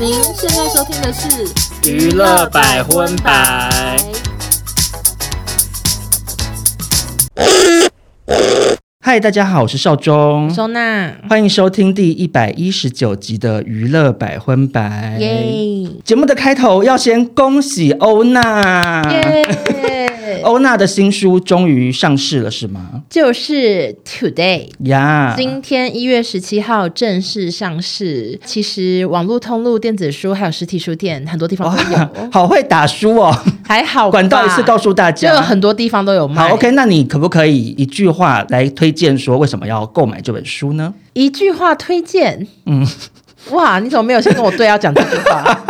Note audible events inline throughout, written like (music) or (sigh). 您现在收听的是《娱乐百分百》。嗨，大家好，我是少中，收纳，欢迎收听第一百一十九集的《娱乐百分百》。 (laughs) 耶节目的开头要先恭喜欧娜，耶，欧娜的新书终于上市了，是吗？就是 today。呀、今天一月十七号正式上市。其实网络通路、电子书还有实体书店，很多地方哇都有，， (laughs) 好会打书哦， (laughs) 还好吧。管道一次告诉大就有家。很多地方都有卖。好，OK，那你可不可以一句话来推荐说为什么要购买这本书呢？ (laughs) 一句话推荐。嗯，哇，你怎么没有先跟我对要讲这句 (laughs) 话？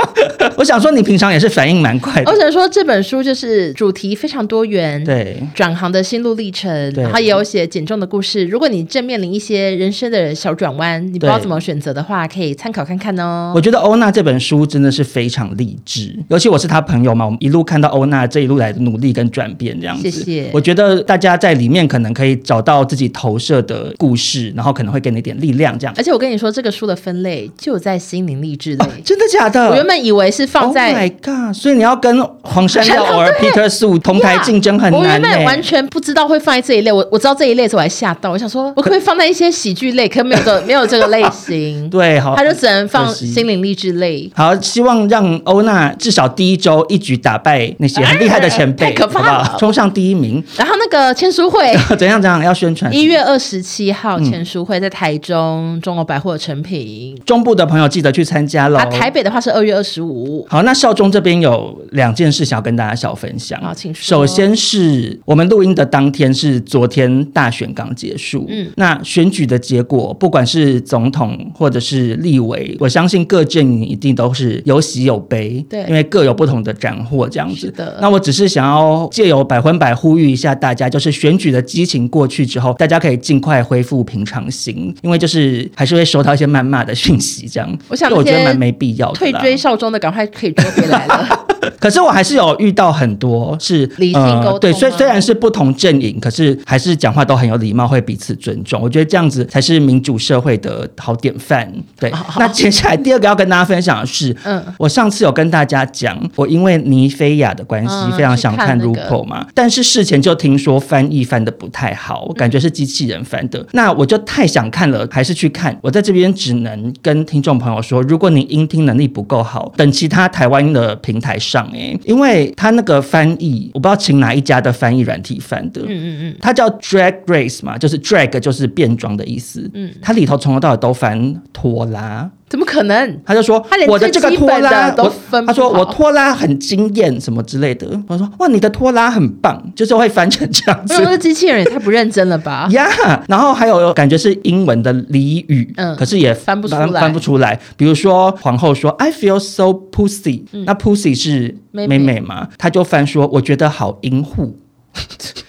我想说你平常也是反应蛮快我的，只能说这本书就是主题非常多元，，哎对，转行的心路历程，对然后也有写减重的故事。如果你正面临一些人生的小转弯，你不知道对怎么选择的话，可以参考看看哦。我觉得欧娜这本书真的是非常励志，尤其我是她朋友嘛，我们一路看到欧娜这一路来的努力跟转变这样子。谢谢我觉得大家在里面可能可以找到自己投射的故事，然后可能会给你一点力量这样。而且我跟你说，这个书的分类就在心灵励志类。真的假的？我原本以为是放啊 Oh 在 my God！所以你要跟黄山 (laughs) 料偶尔 Peter Su 同台竞争很我难欸原呢、本完全不知道会放在这一类，我我知道这一类的时候我还吓到，我想说我可不可以放在一些喜剧类，可没有这 (laughs) 没有这个类型，对，好，它就只能放可惜心灵励志类。好，希望让欧娜至少第一周一举打败那些很厉害的前辈，哎太可怕好不好了冲上第一名。 (laughs) 然后那个签书会，怎样怎样要宣传？一月二十七嗯号签书会在台中中国百货成品，中部的朋友记得去参加喽。啊，台北的话是二月二十五。好，那少中这边有两件事想要跟大家小分享。好请说首先是我们录音的当天是昨天大选刚结束，嗯嗯，那选举的结果，不管是总统或者是立委，我相信各阵营一定都是有喜有悲，对因为各有不同的斩获这样是子。的那我只是想要借由百分百呼吁一下大家，就是选举的激情过去之后，大家可以尽快恢复平常心，因为就是还是会收到一些谩骂的讯息这样。我想所以我觉那得些蛮没必要的退啦追少中的赶快可以追回来 (laughs) 了，可是我还是有遇到很多是呃理性沟通啊吗对，虽虽然是不同阵营，可是还是讲话都很有礼貌，会彼此尊重。我觉得这样子才是民主社会的好典范。对，那接下来第二个要跟大家分享的是，嗯我上次有跟大家讲，我因为尼菲亚的关系，嗯非常想去看看那个 RuPaul 嘛，但是事前就听说翻译翻的不太好，我感觉是机器人翻的。那我就太想看了，还是去看。我在这边只能跟听众朋友说，如果你音听能力不够好，等其他台湾的平台上诶、因为他那个翻译，我不知道请哪一家的翻译软体翻的，嗯嗯它叫 drag race 嘛，就是 drag 就是变装的意思。嗯嗯，它里头从头到尾都翻拖拉，嗯，怎么可能？他就说他连我的最这个基拖本的拉都我分他不说好我拖拉很惊艳什么之类的。我说哇，你的拖拉很棒， (laughs) 就是会翻成这样我子？想。说这 (laughs) 机器人也太不认真了吧 (laughs) 呀然后还有感觉是英文的俚语，嗯可是也翻不出来翻不出来。比如说皇后说 “I feel so pussy”，、那 pussy 是嗯妹妹妹妹嘛，她就翻说我觉得好阴户，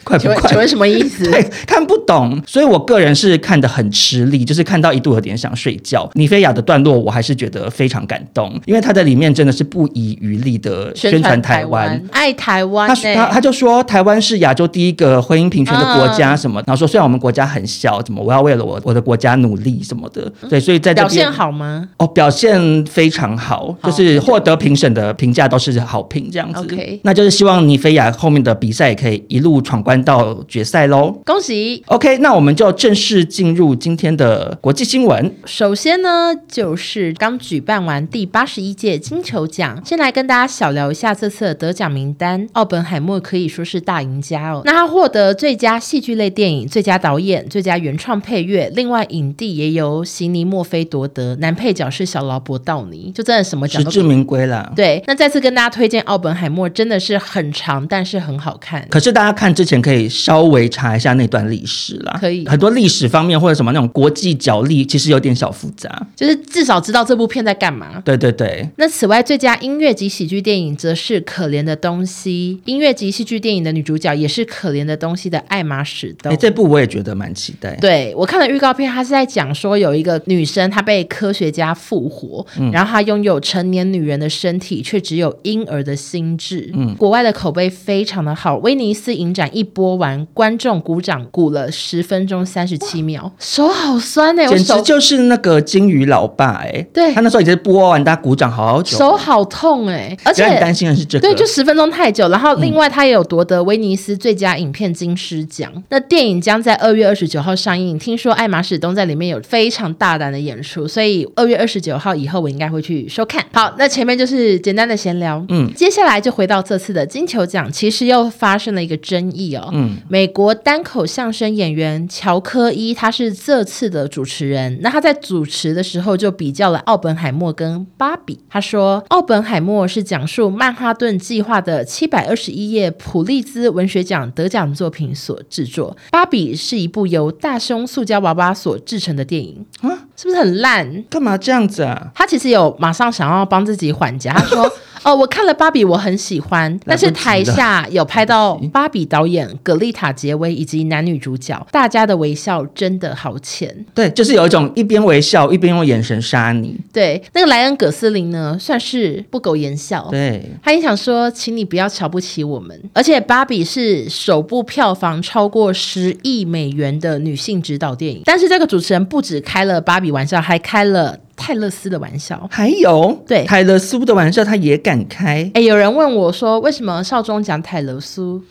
快 (laughs) 不请问请快问？什么意思？对，看不懂，所以我个人是看得很吃力，就是看到一度有点想睡觉。尼菲亚的段落我还是觉得非常感动，因为他在里面真的是不遗余力的 (laughs) 宣传台湾。，爱台湾欸他呢他他就说台湾是亚洲第一个婚姻平权的国家什么，然后说虽然我们国家很小，怎么我要为了我我的国家努力什么的，对，所以在这表边现好吗哦，表现非常好，好就是获得评审的评价都是好评这样子。 OK 那就是希望尼菲亚后面的比赛也可以一路闯关到决赛喽。恭喜！ OK，那我们就正式进入今天的国际新闻。首先呢，就是刚举办完第八十一届金球奖，先来跟大家小聊一下这次的得奖名单。奥本海默可以说是大赢家哦，那他获得最佳戏剧类电影、最佳导演、最佳原创配乐，另外影帝也由席尼·墨菲夺得，男配角是小劳勃·道尼，就真的什么奖实都至名归啦。对，那再次跟大家推荐《奥本海默》，真的是很长，但是很好看。可是大家看之前可以稍微查一下那段历史啦，可以很多历史方面或者什么那种国际角力，其实有点小复杂。就是至少知道这部片在干嘛。对对对，那此外，最佳音乐及喜剧电影则是《可怜的东西》，音乐及戏剧电影的女主角也是《可怜的东西》的艾玛史哎、东。这部我也觉得蛮期待。对我看了预告片，她是在讲说有一个女生，她被科学家复活，然后她拥有成年女人的身嗯体，却只有婴儿的心智。国外的口碑非常的好，威尼斯影展一播完，观众鼓掌鼓了十分钟三十七秒，手好酸哎、我简直手就是那个金鱼老爸哎、对他那时候已经播完，大家鼓掌好久。手好痛哎、而让你且担心的是这个，对，就十分钟太久。然后另外，他也有夺得威尼斯最佳影片金狮奖。嗯那电影将在二月二十九号上映。听说艾玛史东在里面有非常大胆的演出，所以二月二十九号以后我应该会去收看。好，那前面就是简单的闲聊，嗯，接下来就回到这次的金球奖，其实又发生了一个争议哦，嗯，美国单口相声演员乔科伊他是这次的主持人，那他在主持的时候就比较了奥本海默跟芭比，他说奥本海默是讲述曼哈顿计划的七百二十一页普利兹文学奖得奖作品所制作，芭比是一部由大胸塑胶娃娃所制成的电影，啊是不是很烂？干嘛这样子啊？他其实有马上想要帮自己缓颊，他说：“哦，我看了芭比，我很喜欢，但是台下有拍到芭比导演格丽塔·杰薇以及男女主角，大家的微笑真的好浅。对，就是有一种一边微笑一边用眼神杀你。对，那个莱恩·葛斯林呢，算是不苟言笑。”对，他也想说，请你不要瞧不起我们。而且，芭比是首部票房超过十亿美元的女性指导电影。但是，这个主持人不只开了芭比玩笑，还开了泰勒斯的玩笑。还有对泰勒斯的玩笑他也敢开，哎、有人问我说，为什么少中讲泰勒苏？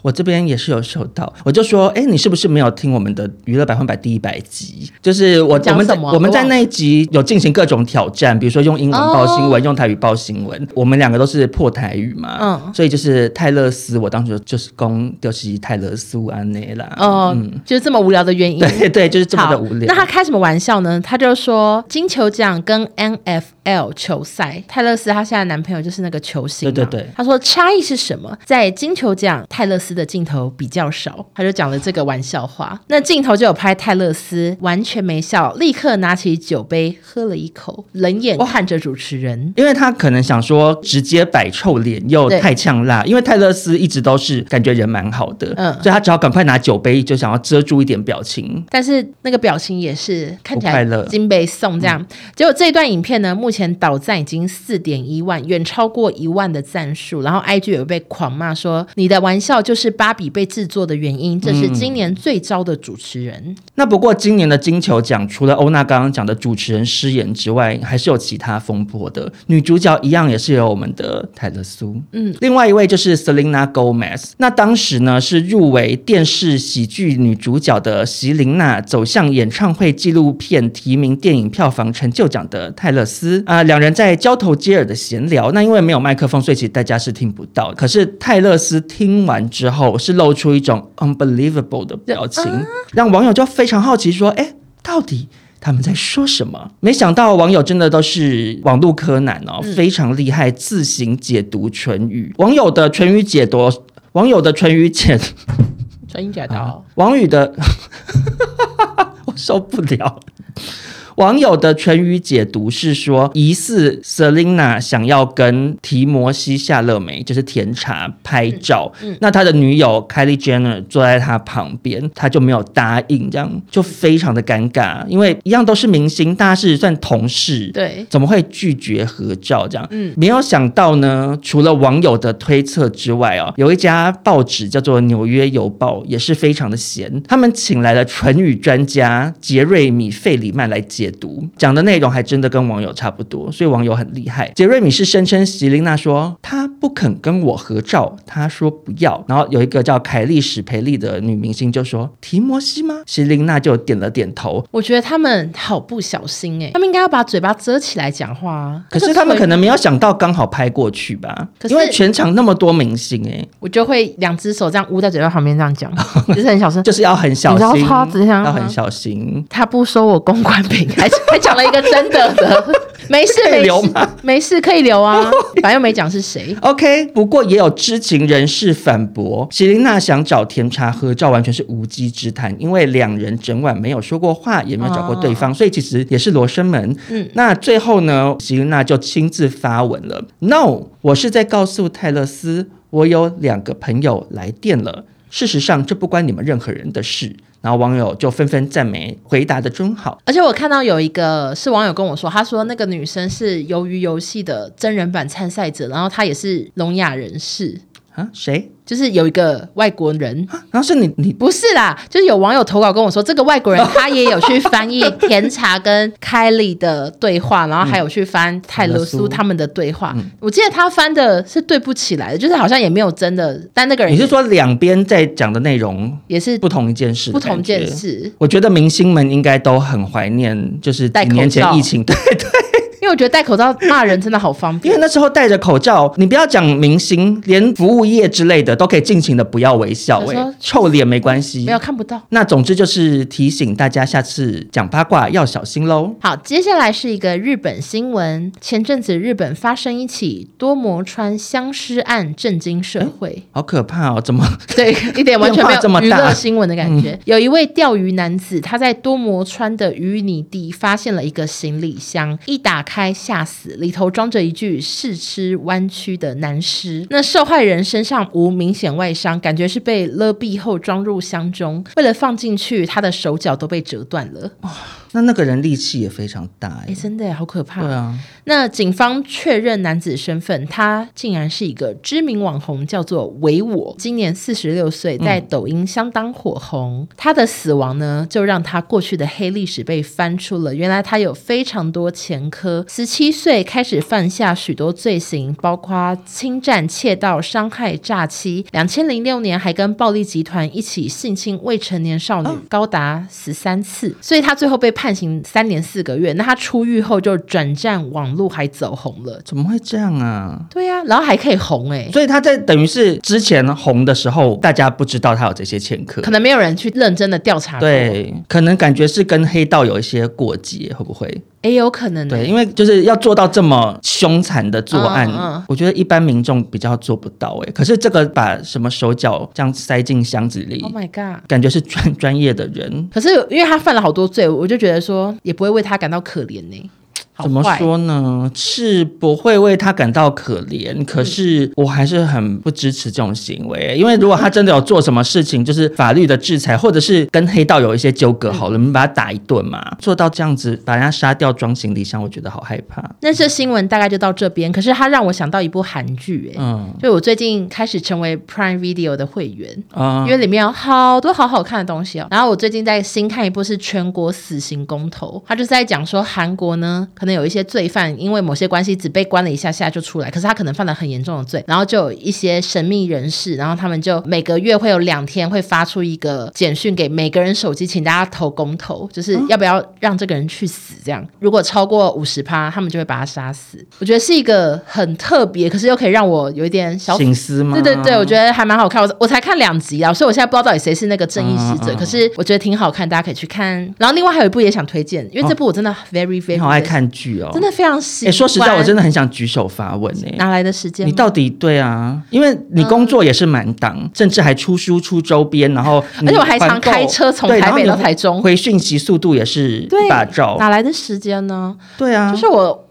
我这边也是有收到，我就说，哎，你是不是没有听我们的娱乐百分百第一百集？就是我我讲们在什么我们在我忘了那一集有进行各种挑战，比如说用英文哦报新闻，用台语报新闻，我们两个都是破台语嘛，嗯所以就是泰勒斯，我当时就是攻就是泰勒苏安内啦，哦、就是这么无聊的原因。嗯 (laughs) 对对，就是这么好，的无聊。那他开什么玩笑呢？他就说金球奖跟 NFL 球赛，泰勒斯她现在男朋友就是那个球星嘛。对对对他说差异是什么？在金球奖，泰勒斯的镜头比较少，他就讲了这个玩笑话。那镜头就有拍泰勒斯完全没笑，立刻拿起酒杯喝了一口，冷眼看着主持人。因为他可能想说直接摆臭脸又对太呛辣，因为泰勒斯一直都是感觉人蛮好的，嗯所以他只要赶快拿酒杯就想要遮住一点表情。但是那个表情也是看起来不快乐金杯送这样。结果这一段影片呢，目前导赞已经四点一万，远超过一万的赞数。然后 IG 也被狂骂说：“你的玩笑就是芭比被制作的原嗯因，这是今年最糟的主持人。那不过今年的金球奖，除了欧娜刚刚讲的主持人失言之外，还是有其他风波的。女主角一样也是有我们的泰勒苏，嗯，另外一位就是 Selena Gomez。那当时呢是入围电视喜剧女主角的席琳娜走向演唱会纪录片提名电影票房成就奖的泰勒斯啊、两人在交头接耳的闲聊。那因为没有麦克风，所以其实大家是听不到。可是泰勒斯听完之后是露出一种 unbelievable 的表情。让网友就非常好奇说：“哎，到底他们在说什么？”没想到网友真的都是网络柯南哦，非常厉害，自行解读唇语。网友的唇语解读，网友的唇语解专业的啊，网友的， (laughs) 我受不了。网友的唇语解读是说，疑似 Selina 想要跟提摩西·夏勒梅，就是甜茶拍照，那他的女友 Kylie Jenner 坐在他旁边，他就没有答应，这样就非常的尴尬，因为一样都是明星，大家是算同事，对，怎么会拒绝合照这样？嗯，没有想到呢，除了网友的推测之外哦，有一家报纸叫做《纽约邮报》，也是非常的闲，他们请来了唇语专家杰瑞米·费里曼来解读，讲的内容还真的跟网友差不多，所以网友很厉害。杰瑞米是声称席琳娜说她不肯跟我合照，她说不要，然后有一个叫凯莉史培利的女明星就说提摩西吗？席琳娜就点了点头，我觉得他们好不小心哎、他们应该要把嘴巴遮起来讲话啊。可是他们可能没有想到刚好拍过去吧可，是因为全场那么多明星哎、我就会两只手这样捂在嘴巴旁边这样 (laughs) 讲，就是很小声。就是要很小你知心，道他只想要很小心。他不收我公关 (laughs) 品，还还讲了一个真的的，没事这可以没留事吗没事可以留啊，反正又没讲是谁。 OK，不过也有知情人士反驳，席琳娜想找甜茶合照完全是无稽之谈，因为两人整晚没有说过话，也没有找过对哦方，所以其实也是罗生门。嗯，那最后呢，席琳娜就亲自发文了：“No，我是在告诉泰勒斯，我有两个朋友来电了。事实上，这不关你们任何人的事。”然后网友就纷纷赞美，回答的真好。而且我看到有一个是网友跟我说，他说那个女生是《鱿鱼游戏》的真人版参赛者，然后她也是聋哑人士，啊，谁？就是有一个外国人，啊然后是你，你不是啦，就是有网友投稿跟我说，这个外国人他也有去翻译甜茶跟凯莉的对话，然后还有去翻泰勒苏他们的对话。嗯我记得他翻的是对不起来的，就是好像也没有真的，但那个人你是说两边在讲的内容也是不同一件事？不同件。事，我觉得明星们应该都很怀念，就是戴几口年前罩疫情，对对，因为我觉得戴口罩骂人真的好方因便为。那时候戴着口罩，你不要讲明星，连服务业之类的都可以尽情的不要微笑、他欸，说臭脸没关系没。有看不到。那总之就是提醒大家，下次讲八卦要小心喽。好，接下来是一个日本新闻。前阵子日本发生一起多摩川相尸案，震惊社会。好可怕哦！怎么 (laughs) (laughs) 对，一点完全没变化这么有娱大嗯乐新闻的感觉。有一位钓鱼男子，他在多摩川的淤泥地发现了一个行李箱，一打开吓死，里头装着一具四肢弯曲的男尸。那受害人身上无明显外伤，感觉是被勒毙后装入箱中。为了放进去，他的手脚都被折断了。那那个人力气也非常大哎、哎、真的耶好可怕。对啊，那警方确认男子身份，他竟然是一个知名网红，叫做唯我，今年四十六岁，在抖音相当火红。他的死亡呢，就让他过去的黑历史被翻出了。原来他有非常多前科，十七岁开始犯下许多罪行，包括侵占、窃盗、伤害、诈欺。两千零六年还跟暴力集团一起性侵未成年少哦女，高达十三次，所以他最后被判刑三年四个月。那他出狱后就转战网络，还走红了。怎么会这样啊？对呀、然后还可以红哎、所以他在等于是之前红的时候，大家不知道他有这些前科可。能没有人去认真的调查过，对，可能感觉是跟黑道有一些过节，会不会？也有可能、对，欸。因为就是要做到这么凶残的作案，嗯嗯我觉得一般民众比较做不到、欸。哎，可是这个把什么手脚这样塞进箱子里， Oh my god！感觉是专专业的人。可是因为他犯了好多罪，我就觉得说也不会为他感到可怜呢、好怎么坏说呢？是不会为他感到可嗯怜，可是我还是很不支持这种行为、欸因为如果他真的有做什么事情，就是法律的制裁，或者是跟黑道有一些纠葛，嗯好了，你们把他打一顿嘛。做到这样子，把人家杀掉装行李箱，我觉得好害怕。那这新闻大概就到这边，可是它让我想到一部韩剧、哎、嗯就我最近开始成为 Prime Video 的会员。啊因，为里面有好多好好看的东西哦。然后我最近在新看一部是全国死刑公投，他就是在讲说韩国呢，可能有一些罪犯因为某些关系只被关了一下下就出来，可是他可能犯了很严重的罪，然后就有一些神秘人士，然后他们就每个月会有两天会发出一个简讯给每个人手机，请大家投公投，就是要不要让这个人去死这样。如果超过五十趴，他们就会把他杀死。我觉得是一个很特别，可是又可以让我有一点小隐私吗？对对对，我觉得还蛮好看。我我才看两集啊，所以我现在不知道到底谁是那个正义使者，嗯嗯嗯可是我觉得挺好看，大家可以去看。然后另外还有一部也想推荐，因为这部我真的 very very、你哦好爱，看剧哦，真的非常喜哎、欢。说实在，我真的的很想举手发问哎、哪来的时间你吗？到底对啊？因为你工作也是满档，甚至还出书出周边，然后 (laughs) 而且我还你常团购开车从对台北然后到你台中回讯息速度也是对一把照。哪来的时间呢？对啊，就是我，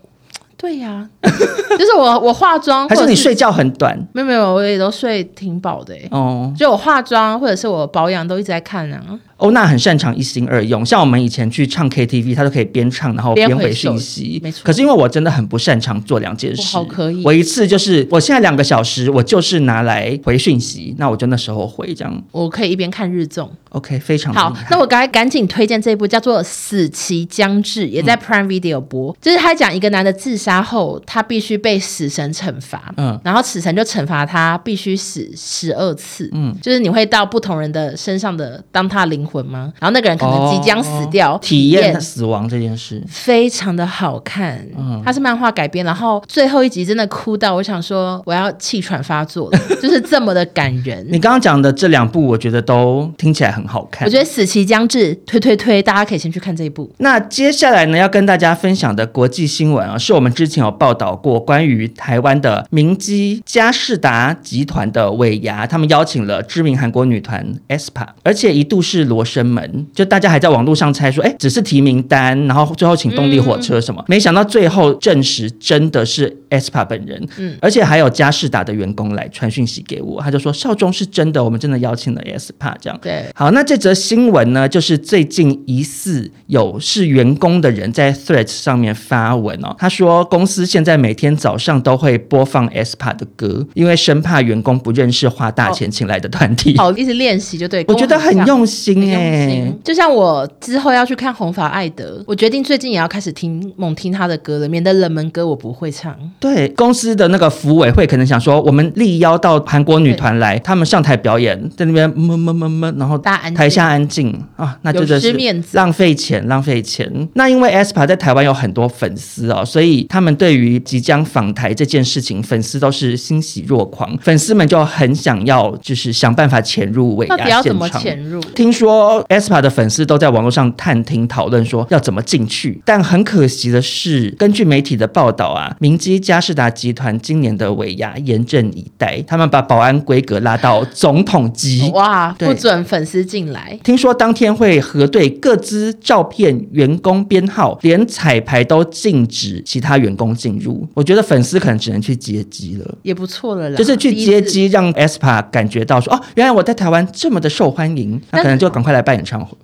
对呀、 (laughs) 就是我我化妆，还或是者你睡觉很短没有没有，我也都睡挺饱的、欸。哦。就我化妆或者是我保养都一直在看啊，欧娜很擅长一心二用，像我们以前去唱 KTV，她都可以边唱然后边边回回手讯息。没错可是因为我真的很不擅长做两件事，我好可以我一次就是我现在两个小时，我就是拿来回讯息，那我就那时候回这样。我可以一边看日综。 OK，非常好厉害，那我刚才赶紧推荐这一部叫做《死期将至》，也嗯在 Prime Video 播。就是他讲一个男的自杀后，他必须被死神惩罚，嗯然后死神就惩罚他必须死十二次，嗯，就是你会到不同人的身上的当他灵魂吗？然后那个人可能即将死掉，哦体验死亡这件事。非常的好看，嗯它是漫画改编，然后最后一集真的哭到我想说我要气喘发作 (laughs) 了，就是这么的感人。你刚刚讲的这两部，我觉得都听起来很好看。我觉得死期将至，推推推，大家可以先去看这一部。那接下来呢，要跟大家分享的国际新闻啊，是我们之前有报道过关于台湾的明基佳士达集团的尾牙，他们邀请了知名韩国女团 aespa，而且一度是罗生门，就大家还在网络上猜说，哎，只是提名单，然后最后请动力火车什么，没想到最后证实真的是 aespa 本人，嗯而且还有佳士达的员工来传讯息给我，他就说少中是真的，我们真的邀请了 aespa 这样。对，好，那这则新闻呢，就是最近疑似有是员工的人在 Threads 上面发文哦，他说公司现在每天早上都会播放 aespa 的歌，因为生怕员工不认识花大哦钱请来的团体。好，哦一直练习就对。我觉得很跟我用心哦很像哎、很用心，就像我之后要去看红发艾德，我决定最近也要开始听猛听他的歌了，免得冷门歌我不会唱。对公司的那个服委会可能想说，我们力邀到韩国女团来，他们上台表演，在那边么么么么，然后大家安静台下安静啊，那真的有是失面子浪费钱，浪费钱。那因为 aespa 在台湾有很多粉丝哦，所以他们对于即将访台这件事情，粉丝都是欣喜若狂，粉丝们就很想要就是想办法潜入尾到底牙要啊现怎么场。潜入？哦听说 aespa 的粉丝都在网络上探听讨论说要怎么进去，但很可惜的是，根据媒体的报道啊，明基佳士达集团今年的尾牙严阵以待，他们把保安规格拉到总统级。 (laughs) 哇，对不准粉丝进来，听说当天会核对各资照片、员工编号，连彩排都禁止其他员工进入。我觉得粉丝可能只能去接机了。也不错了啦。就是去接啊第一次。机，让 aespa 感觉到说，哦，原来我在台湾这么的受欢迎，那但可能就赶快来办演唱会。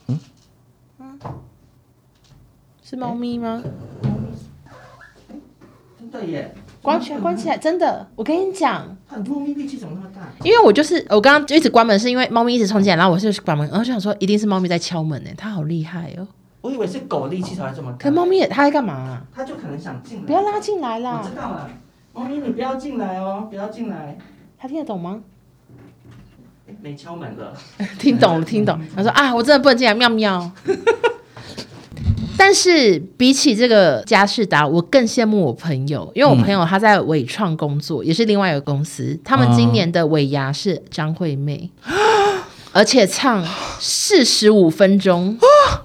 是猫咪吗？真的耶，关起来，关起来！真的，我跟你讲，很多咪力气怎么那么大？因为我就是我刚刚一直关门，是因为猫咪一直冲进来，然后我就关门，然后就想说一定是猫咪在敲门呢、它好厉害哦。我以为是狗力气才会这么可猫咪也它在干嘛啊、它就可能想进不要拉进来啦！道了，猫咪你不要进来哦，不要进来，它听得懂吗？没敲门了。听懂了，听懂。他说啊，我真的不能进来，妙妙。但是比起这个佳士达，我更羡慕我朋友，因为我朋友他在伟创工作，也是另外一个公司。他们今年的尾牙是张惠妹，而且唱四十五分钟。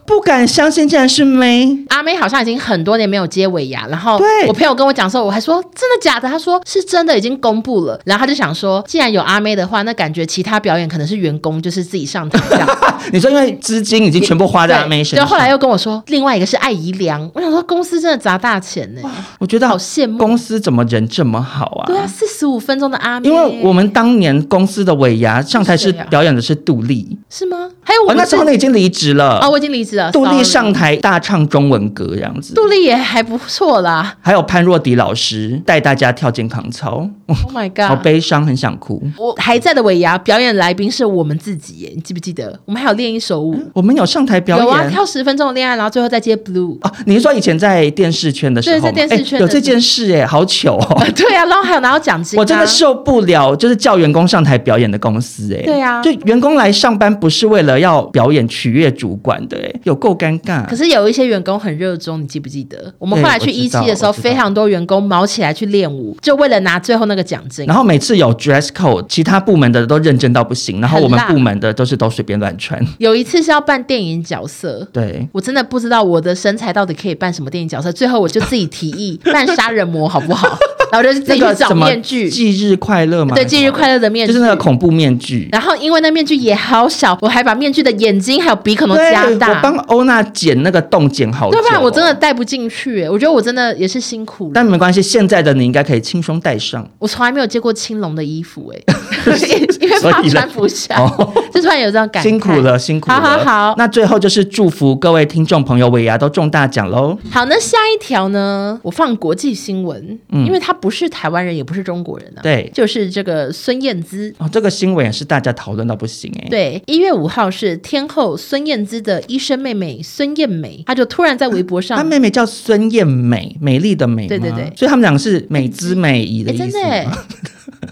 不敢相信，竟然是妹。阿妹好像已经很多年没有接尾牙，然后对我朋友跟我讲的时候，我还说真的假的？他说是真的，已经公布了。然后他就想说，既然有阿妹的话，那感觉其他表演可能是员工就是自己上台这样。你说因为资金已经全部花在阿妹身对，上，就后来又跟我说，另外一个是艾姨良，我想说公司真的砸大钱呢、我觉得好好羡慕。公司怎么人这么好啊？对啊，四十五分钟的阿妹，因为我们当年公司的尾牙上台是是谁啊表演的是杜丽，是吗？还有我们哦，那时候是你已经离职了。哦，我已经离职了。杜丽 sorry 上，台大唱中文歌这样子，杜丽也还不错啦。还有潘若迪老师带大家跳健康操， Oh my 哦好 god！悲伤，很想哭。我还在的尾牙表演来宾是我们自己耶，你记不记得？我们还有练一首舞，我们有上台表有啊，演。跳十分钟的恋爱，然后最后再接 blue。 (laughs) 哦，你是说以前在电视圈的时候吗，对在电视圈哎有的这件事哎、好糗 (laughs) 哦！对啊，然后还有拿到奖金啊、我真的受不了，就是叫员工上台表演的公司哎、对啊就员工来上班不是为了要表演取悦主管的哎、有够尴尬可。是有一些员工很热衷，你记不记得？我们对后来去哎我知一期道的时候，我知道非常多员工毛起来去练舞，就为了拿最后那个奖金。然后每次有 dress code，其他部门的都认真到不行，然后我们很辣部门的都是都随便乱穿。有一次是要扮电影角色。对，我真的不知道我的身材到底可以扮什么电影角色，最后我就自己提议 (laughs) 扮杀人魔好不 (laughs) 好？然后我就自那己去个找什么面具，忌日快乐吗？对，忌日快乐的面具，乐就是那个恐怖面具。然后因为那面具也好小，我还把面具的眼睛还有鼻孔都对，加我大，帮欧娜剪那个洞剪好久、对哦，不然我真的戴不进去、欸我觉得我真的也是辛苦了。但没关系，现在的你应该可以轻松戴上。我从来没有接过青龙的衣服、 (laughs) 哎，因为怕所以嘞穿不下，哦就突然有这种感慨。辛苦了，辛苦了。好好好那最后就是祝福各位听众朋友，尾牙都中大奖喽！好，那下一条呢？我放国际新闻，因为他不是台湾人，也不是中国人啊，嗯对就是这个孙燕姿。哦，这个新闻也是大家讨论到不行哎、对，一月五号是天后孙燕姿的医生妹妹孙燕美，她就突然在微博上，她妹妹叫孙燕美，美丽的美吗。对对对所以他们两个是美姿美仪的哎，意思真吗。的耶，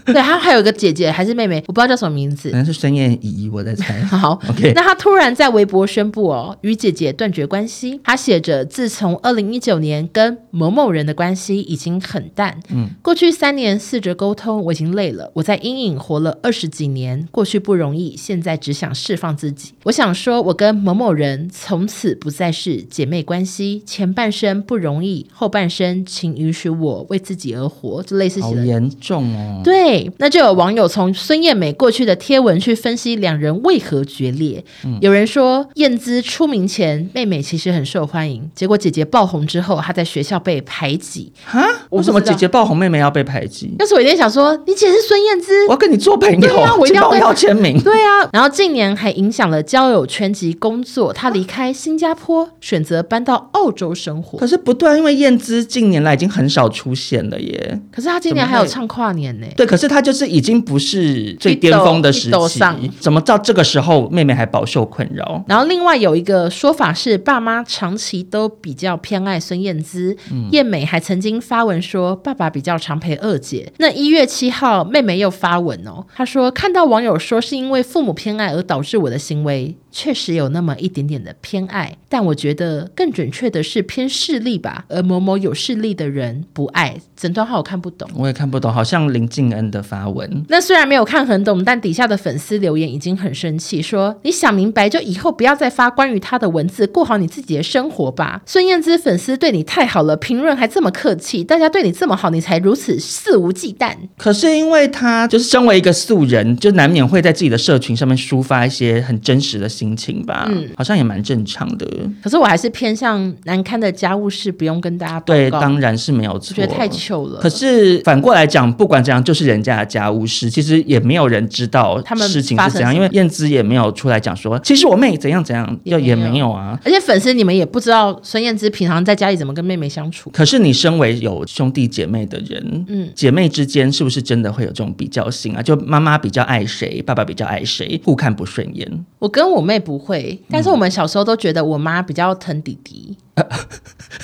对，她还有一个姐姐还是妹妹，我不知道叫什么名字。可。能是孙燕仪，我在猜 (laughs) 好 OK 那她突然在微博宣布哦，与姐姐断绝关系。她写着，自从二零一九年跟某某人的关系已经很淡，嗯，过去三年试着沟通，我已经累了。我在阴影活了二十几年，过去不容易，现在只想释放自己。我想说，我跟某某人从此不再是姐妹关系，前半生不容易，后半生请允许我为自己而活，就类似好写的。严重哦！，对，那就有网友从孙燕美过去的贴文去分析两人为何决裂。有人说，燕姿出名前，妹妹其实很受欢迎，结果姐姐爆红之后，她在学校被排挤。哈，我不为知什道么姐姐爆红，妹妹要被排挤？要是我一定想说，你姐是孙燕姿我，要跟你做朋友，对啊我一定请要帮我跟要签名。 (laughs) 对啊，然后近年还影响了交友圈及工作，他离开新加坡，选择搬到澳洲生活。可是不对啊，因为燕姿近年来已经很少出现了耶。可是他今年还有唱跨年呢、对，可是她就是已经不是最巅峰的时一抖一抖期上，怎么到这个时候妹妹还饱受困扰？然后另外有一个说法是，爸妈长期都比较偏爱孙燕姿，燕美还曾经发文说爸爸比较常陪二姐。那一月七号，妹妹又发文哦，她说看到网友说是因为父母偏爱而导致我的行为，确实有那么一点点的偏爱，但我觉得更准确的是偏势利吧。而某某有势力的人不爱，整段话我看不懂。我也看不懂，好像林静恩的发文。那虽然没有看很懂，但底下的粉丝留言已经很生气，说你想明白就以后不要再发关于他的文字，过好你自己的生活吧。孙燕姿粉丝对你太好了，评论还这么客气，大家对你这么好，你才如此肆无忌惮。可是因为她就是身为一个素人，就难免会在自己的社群上面抒发一些很真实的心情吧，嗯好像也蛮正常的。可是我还是偏向难堪的家务事，不用跟大家报对，告，当然是没有我错。觉得太糗了可。是反过来讲，不管怎样，就是人家的家务事，其实也没有人知道他们事情发生是怎样，什因么为燕姿也没有出来讲说，其实我妹怎样怎样，也要没也有没有啊。而且粉丝你们也不知道孙燕姿平常在家里怎么跟妹妹相处。可是你身为有兄弟姐妹的人，嗯，姐妹之间是不是真的会有这种比较心啊？就妈妈比较爱谁，爸爸比较爱谁，互看不顺眼。我跟我妹不会，但是我们小时候都觉得我妈比较疼弟 (laughs) 弟，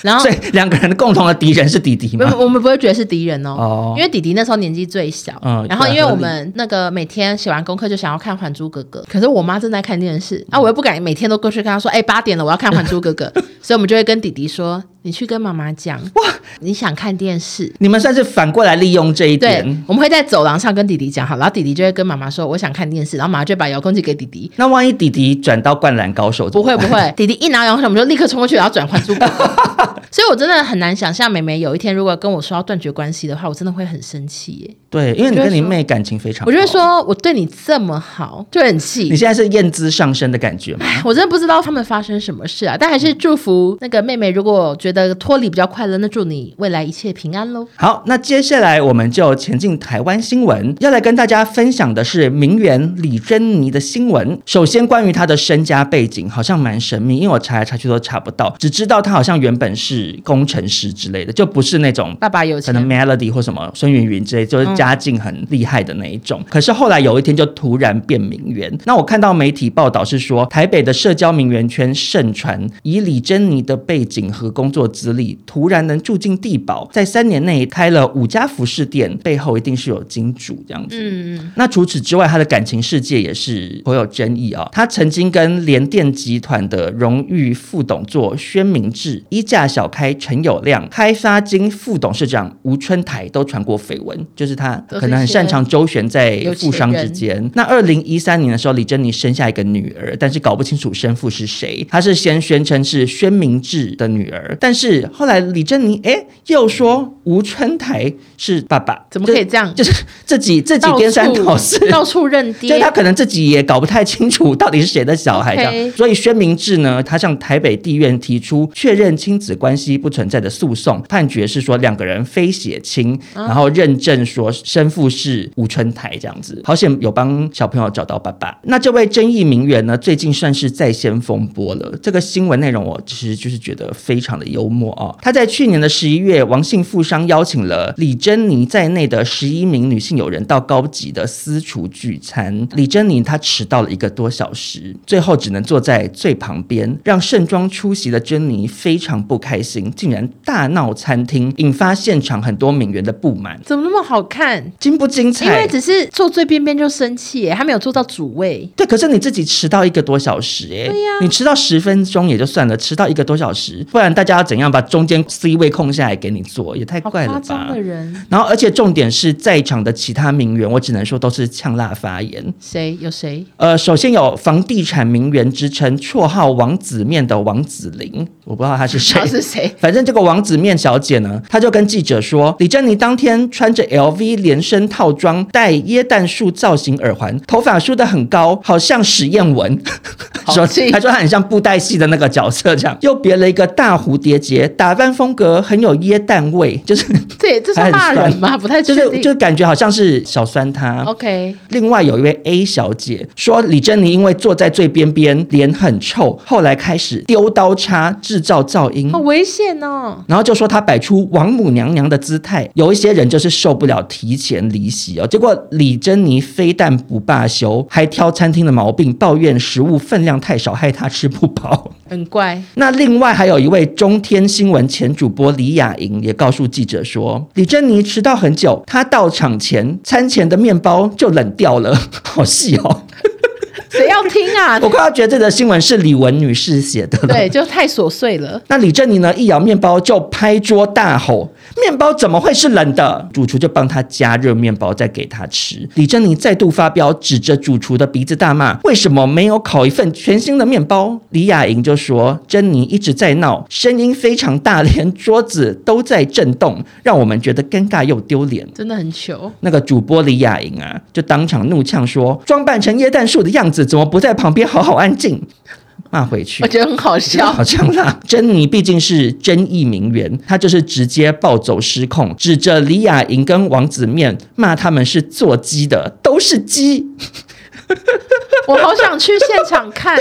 然后所以两个人的共同的敌人是弟弟哦不吗？我们不会觉得是敌人哦，哦因为弟弟那时候年纪最小，嗯然后因为对合理我们那个每天写完功课就想要看《还珠格格》，可是我妈正在看电嗯视，啊，我又不敢每天都过去跟她说，哎、八点了，我要看《还珠格格》， (laughs) 所以我们就会跟弟弟说，你去跟妈妈讲，哇，你想看电视。你们算是反过来利用这一对点。，我们会在走廊上跟弟弟讲好，然后弟弟就会跟妈妈说我想看电视，然后妈妈就会把遥控器给弟弟。那万一弟弟转到灌篮高手，不会不 (laughs) 会，弟弟一拿遥控器，我们就立刻冲过去，然后转《还珠格格》。所以我真的很难想象，妹妹有一天如果跟我说要断绝关系的话，我真的会很生气耶。对，因为你我就会跟你说妹感情非常好，我就会说，我对你这么好，就很你气。现在是燕姿上身的感觉吗？我真的不知道他们发生什么事啊，但还是嗯祝福那个妹妹，如果觉得脱离比较快乐，那祝你未来一切平安喽。好，那接下来我们就前进台湾新闻，要来跟大家分享的是名媛李珍妮的新闻。首先，关于她的身家背景好像蛮神秘，因为我查来查去都查不到，只知道她好像原本是工程师之类的，就不是那种爸爸有可钱能 Melody 或什么孙云云之类，就是家境很厉害的那一种。可是后来有一天就突然变名媛。那我看到媒体报道是说，台北的社交名媛圈盛传，以李珍妮的背景和工作资历，突然能住进地堡，在三年内开了五家服饰店，背后一定是有金主这样子。嗯，那除此之外，他的感情世界也是颇有争议啊、他曾经跟联电集团的荣誉副董座宣明志、一价小开陈友谅、开发金副董事长吴春台都传过绯闻，就是他可能很擅长周旋在富商之间。那二零一三年的时候，李珍妮生下一个女儿，但是搞不清楚生父是谁。她是先宣称是宣明志的女儿，但是后来李珍妮哎又说吴春台是爸爸，怎么可以这样？就是自己自己颠三倒四。嗯 (laughs) (laughs) 到处认就是爹他。可能自己也搞不太清楚到底是谁的小孩这样 OK 所以宣明志呢，他向台北地院提出确认亲子关系不存在的诉讼，判决是说两个人非血亲，啊然后认证说生父是吴春台这样子，好险有帮小朋友找到爸爸。那这位争议名媛呢，最近算是再掀风波了。这个新闻内容我其实就是觉得非常的幽默哦。他在去年的十一月，王姓富商邀请了李珍妮在内的十一名女性友人到高级的私厨聚餐。李珍妮她迟到了一个多小时，最后只能坐在最旁边，让盛装出席的珍妮非常不开心，竟然大闹餐厅，引发现场很多名媛的不满。怎么那么好看？精不精因为彩？只是坐最边边就生气耶，他没有坐到主位。对，可是你自己迟到一个多小时、欸，哎、对呀你迟到十分钟也就算了，迟到一个多小时，不然大家要怎样把中间 C 位空下来给你做，也太好怪夸了张吧的！人，然后，而且重点是在场的其他名媛，我只能说都是呛辣发言。谁有谁？呃，首先有房地产名媛之称，绰号“王子面”的王子玲，我不知道她是不知谁道。是谁？反正这个王子面小姐呢，她就跟记者说，李珍妮当天穿着 LV 连身套装，戴椰蛋树造型耳环，头发梳得很高，好像史艳文。好说气她说她很像布袋戏的那个角色这样，又别了一个大蝴蝶结，打扮风格很有椰蛋味，就是这也这是还很骂酸人吗？不太就确是定。哦就是感觉好像是小酸她。 OK，另外有一位 A 小姐说，李珍妮因为坐在最边边，脸很臭，后来开始丢刀叉制造噪音。好危险哦！然后就说她摆出王母娘娘的姿态，有一些人就是受不了提前离席哦。结果李珍妮非但不罢休，还挑餐厅的毛病，抱怨食物分量太少，害她吃不饱。很怪，那另外还有一位中天新闻前主播李雅莹也告诉记者说，李珍妮迟到很久，她到场前餐前的面包就冷掉了， (laughs) 好细哦！谁要听啊？我快要觉得这则新闻是李文女士写 (laughs) 的了。对，就太琐碎了。那李正宁呢，一咬面包就拍桌大吼：“面包怎么会是冷的？”主厨就帮他加热面包，再给他吃。李正宁再度发飙，指着主厨的鼻子大骂：“为什么没有烤一份全新的面包？”李雅莹就说：“珍妮一直在闹，声音非常大，连桌子都在震动，让我们觉得尴尬又丢脸。”真的很糗，那个主播李雅莹啊，就当场怒呛说：“装扮成椰蛋树的样子，怎么不在旁边好好安静？”骂回去我。觉得很好笑。好像啦，珍妮毕竟是争议名媛，她就是直接暴走失控，指着李雅莹跟王子面骂他们是做鸡的，都是鸡。我好想去现场 (laughs) 看，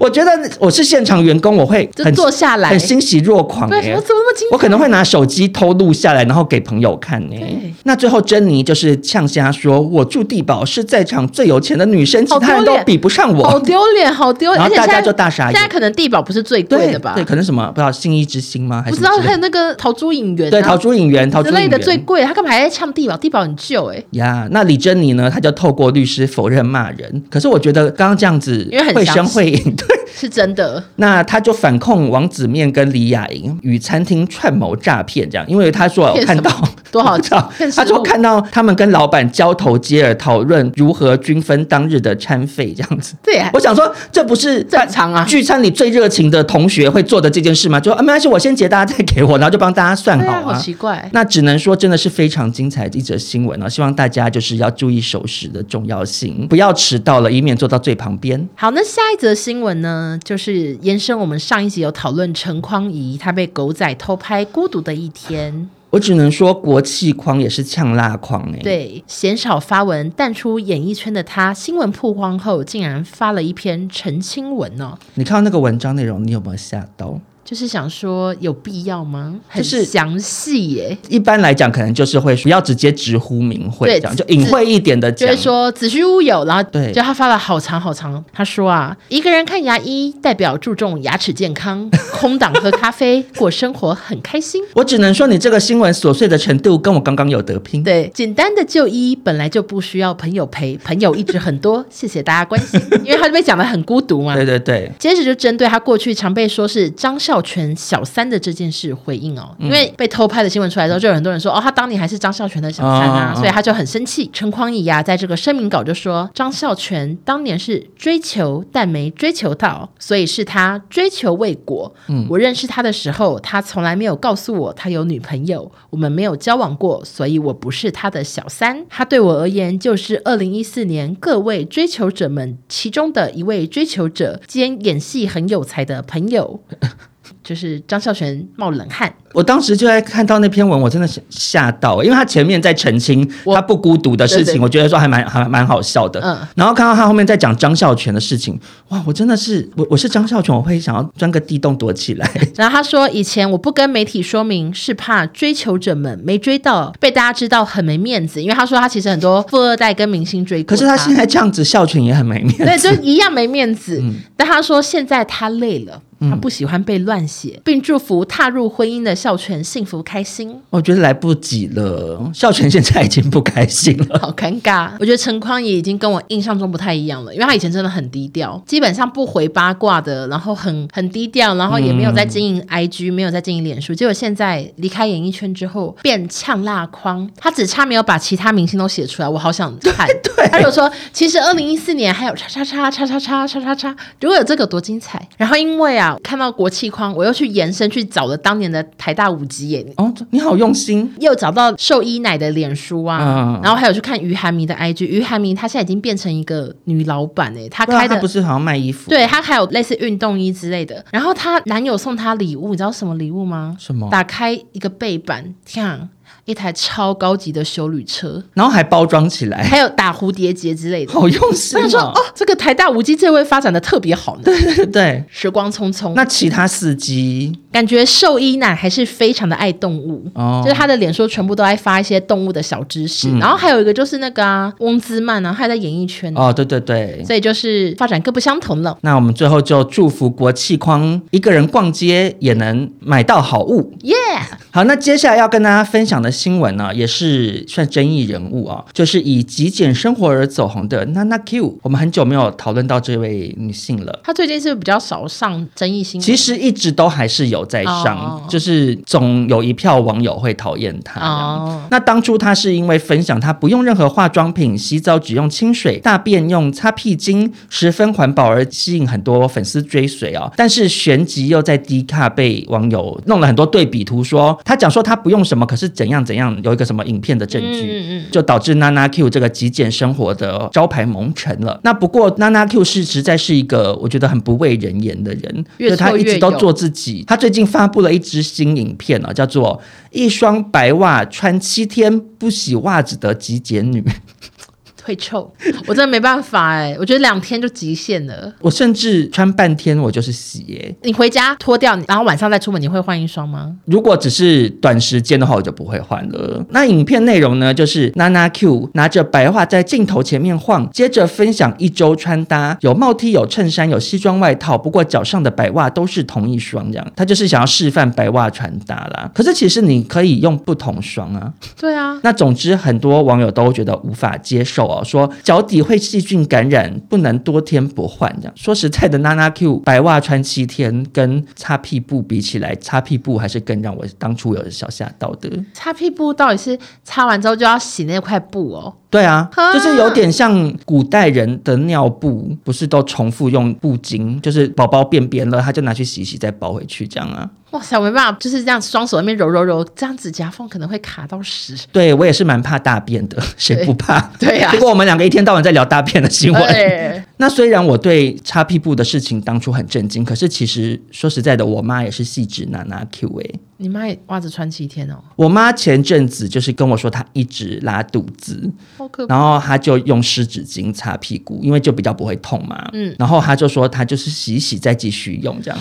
我觉得我是现场员工，我会就很坐下来。很欣喜若狂、对，欸我。怎么那么精我可能会拿手机偷录下来，然后给朋友看呢、对那最后珍妮就是呛瞎说：“我住地堡是在场最有钱的女生，其好丢他人都脸比不上我。”好丢脸，好丢脸！然而后且大现家在就大傻现在眼。可能地保不是最贵对的吧？对，可能什么不知道信义之星吗？还不是知什道么之类还的有那个逃珠影园、啊、对，逃出影园，逃出之影类园的最贵，他干嘛还在唱地保？地保很旧哎、呀那李珍妮呢？她就透过律师否认骂人。可是我觉得刚刚这样子因为很会详声细会影， (laughs) 对。是真的。那她就反控王子面跟李雅莹与餐厅串谋诈骗，这样，因为她说有骗看什么到多少 (laughs) 我不知道骗食她说物看到他们跟老板交头接耳，讨论如何均分当日的餐费这样子。这也还我想说，这不是正常啊聚餐里最热情的同学会做的这件事吗？就说啊，没关系，我先结，大家再给我，然后就帮大家算对好啊，好奇怪。那只能说真的是非常精彩的一则新闻啊！希望大家就是要注意守时的重要性，不要迟到了，以免坐到最旁边。好，那下一则新闻呢，就是延伸我们上一集有讨论陈匡怡她被狗仔偷拍《孤独的一天》。我只能说国气框也是呛辣框哎、，对，鲜少发文淡出演艺圈的他，新闻曝光后，竟然发了一篇澄清文哦，你看到那个文章内容，你有没有吓到？就是想说有必要吗？很就是详细耶，一般来讲，可能就是会不要直接直呼名讳对这样，就隐晦一点的就讲是。说子虚乌有，然后对就他发了好长好长，他说啊，一个人看牙医代表注重牙齿健 (laughs) 康，空档喝咖啡过生活很开心。我只能说，你这个新闻琐碎的程度跟我刚刚有得拼。对，简单的就医本来就不需要朋友陪，朋友一直很多，谢谢大家关心，因为他就被讲的很孤独嘛。对对对，接着就针对他过去常被说是张孝全小三的这件事回应哦，因为被偷拍的新闻出来之后，就有很多人说哦，他当年还是张孝全的小三啊，哦所以他就很生气。陈匡怡啊，在这个声明稿就说，张孝全当年是追求，但没追求到，所以是他追求未果。我认识他的时候，他从来没有告诉我他有女朋友，我们没有交往过，所以我不是他的小三。他对我而言就是二零一四年各位追求者们其中的一位追求者兼演戏很有才的朋友， (laughs) 就是张孝全冒冷汗。我当时就在看到那篇文，我真的是吓到，因为他前面在澄清我他不孤独的事对情，对我觉得说还蛮还蛮好笑的。嗯然后看到他后面在讲张孝全的事情，哇，我真的是我我是张孝全，我会想要钻个地洞躲 (laughs) 起来。然后他说，以前我不跟媒体说明，是怕追求者们没追到，被大家知道很没面子。因为他说他其实很多富二代跟明星追过可是 (laughs) 他现在这样子，孝全也很没面对，子。就一样没面子。但他说现在他累了，他不喜欢被乱嗯写，并祝福踏入婚姻的孝全幸福开心。我觉得来不及了，孝全现在已经不开心了。 (laughs) 好尴尬，我觉得陈匡也已经跟我印象中不太一样了，因为他以前真的很低调，基本上不回八卦的，然后很很低调，然后也没有在经营 IG，、没有在经营脸书，结果现在离开演艺圈之后变呛辣框，他只差没有把其他明星都写出来，我好想看。对他有说，其实二零一四年还有叉叉叉叉叉叉叉叉叉，如果有这个多精彩。然后因为啊，看到国际框，我又去延伸去找了当年的台大五级演哦，你好用心，又找到寿衣奶的脸书啊，嗯然后还有去看于涵迷的 IG，于涵迷她现在已经变成一个女老板哎、她开对啊的他不是好像卖衣服，，对她还有类似运动衣之类的，然后她男友送她礼物，你知道什么礼物吗？什么？打开一个背板，天啊，一台超高级的修旅 (laughs) 车，然后还包装起来，还有打蝴蝶结之类的。 (laughs) 好用心我想说哦哦。，这个台大无机这位发展的特别 (laughs) 好呢，对 (laughs) 对，时光匆匆，那其他司机感觉兽医奶还是非常的爱动物。哦就，是他的脸书全部都在发一些动物的小知识，嗯然后还有一个就是那个啊，翁兹曼啊，他还在演艺圈呢、哦，对对对。所以就是发展各不相同了。那我们最后就祝福国气框一个人逛街也能买到好物。耶、好，那接下来要跟大家分享的新闻呢，也是算争议人物啊，就是以极简生活而走红的 Nana Q。我们很久没有讨论到这位女性了。他最近是不是比较少上争议新闻？其实一直都还是有在上，哦就是总有一票网友会讨厌她。哦，那当初她是因为分享她不用任何化妆品，洗澡只用清水，大便用擦屁巾，十分环保而吸引很多粉丝追随哦。但是旋即又在 D 卡被网友弄了很多对比图说，她讲说她不用什么，可是怎样怎样，有一个什么影片的证据。嗯嗯就导致 Nana Q 这个极简生活的招牌蒙尘了。那不过 Nana Q 是实在是一个我觉得很不为人言的人，越就他挫一直越都勇做自己。他最近发布了一支新影片啊，叫做《一双白袜穿七天不洗袜子的极简女》。嗯会臭，我真的没办法哎、我觉得两天就极限了。我甚至穿半天我就是洗耶、你回家脱掉，然后晚上再出门，你会换一双吗？如果只是短时间的话，我就不会换了。那影片内容呢，就是娜娜 Q 拿着白袜在镜头前面晃，接着分享一周穿搭，有帽 T，有衬衫，有西装外套，不过脚上的白袜都是同一双，这样，她就是想要示范白袜穿搭啦。可是其实你可以用不同双啊。对啊，那总之，很多网友都觉得无法接受哦，说脚底会细菌感染，不能多天不换这样。说实在的，娜娜 Q 白袜穿七天跟擦屁股比起来，擦屁股还是更让我当初有小吓到的。擦屁股到底是擦完之后就要洗那块布哦？对啊啊，就是有点像古代人的尿布，不是都重复用布巾，就是宝宝便便了，他就拿去洗洗，再包回去这样啊。哇塞，我没办法，就是这样双手在那边揉揉揉，这样指甲缝可能会卡到屎。对我也是蛮怕大便的，谁不怕？对啊结果我们两个一天到晚在聊大便的新闻。对那虽然我对擦屁股的事情当初很震惊，可是其实说实在的，我妈也是细致拿拿 Q 哎、你妈也袜子穿七天哦，我妈前阵子就是跟我说，她一直拉肚子，好可怕！然后她就用湿纸巾擦屁股，因为就比较不会痛嘛。嗯嗯，然后她就说她就是洗一洗再继续用这样，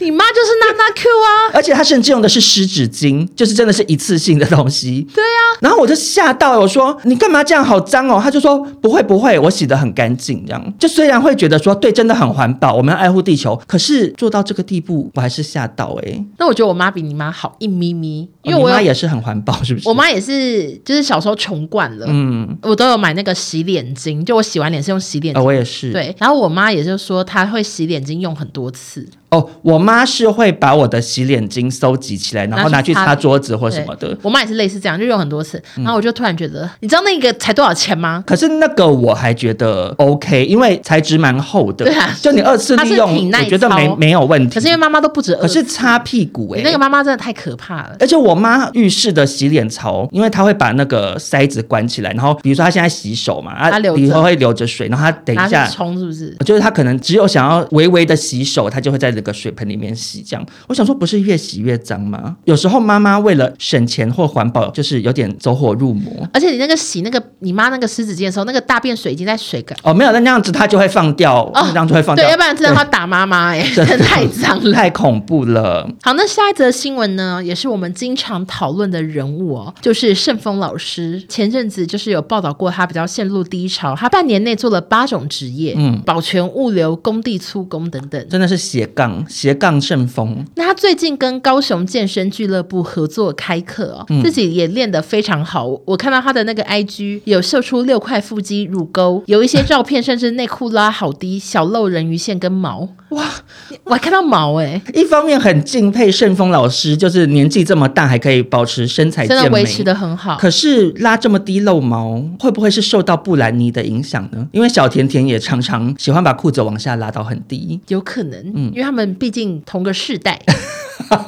你妈就是娜娜 Q 啊，而且她甚至用的是湿纸巾，就是真的是一次性的东西。对啊，然后我就吓到了，我说你干嘛这样，好脏哦。她就说不会不会，我洗的很干净这样。就虽然会觉得说对，真的很环保，我们要爱护地球，可是做到这个地步，我还是吓到哎、 (laughs) 那我觉得我妈比你妈好一咪咪，因为哦我你妈有也是很环保，是不是？我妈也是，就是小时候穷惯了，嗯，我都有买那个洗脸巾，就我洗完脸是用洗脸呃，巾。我也是。对，然后我妈也就说她会洗脸巾用很多次，哦，我妈是会把我的洗脸巾收集起来，然后拿拿去去擦擦桌子或对什么的。嗯我妈也是类似这样，就用很多次。然后我就突然觉得，你知道那个才多少钱吗？可是那个我还觉得 OK，因为材质蛮厚的，对啊就你二次它是利用，挺耐我觉得没操没有问题。可是因为妈妈都不止二，嗯可是擦屁股呃哎、你那个妈妈真的太可怕了。而且我妈浴室的洗脸槽，因为她会把那个塞子关起来，然后比如说她现在洗手嘛，啊她她留着以后会留着水，然后她等拿一去下冲是不是？就是他可能只有想要微微的洗手，他就会在这个水盆里面洗。这样，我想说，不是越洗越脏吗？有时候妈妈为了省钱或环保，就是有点走火入魔。而且你那个洗那个你妈那个湿纸巾的时候，那个大便水已经在水感，哦，没有，那那样子他就会放掉，那样就会放哦对，掉要，不然真的要打妈 (laughs) 妈哎、真对的太脏了。 (laughs) 太恐怖了。好，那下一则新闻呢，也是我们经常讨论的人物哦，就是盛峰老师。前阵子就是有报道过，他比较陷入低潮，他半年内做了八种职业，嗯，保全、物流、工地、粗工等等。真的是斜杠杠，斜杠胜风。那他最近跟高雄健身俱乐部合作开课哦，嗯自己也练得非常好。我看到他的那个 IG 有秀出六块腹肌、乳沟，有一些照片，甚至内裤拉好低，小露人鱼线跟毛。哇，我还看到毛哎、一方面很敬佩胜风老师，就是年纪这么大还可以保持身材健真美，的维持的很好。可是拉这么低露毛，会不会是受到布兰妮的影响呢？因为小甜甜也常常喜欢把裤子往下拉到很低。有可能，嗯因为他们毕竟同个世代。 (laughs)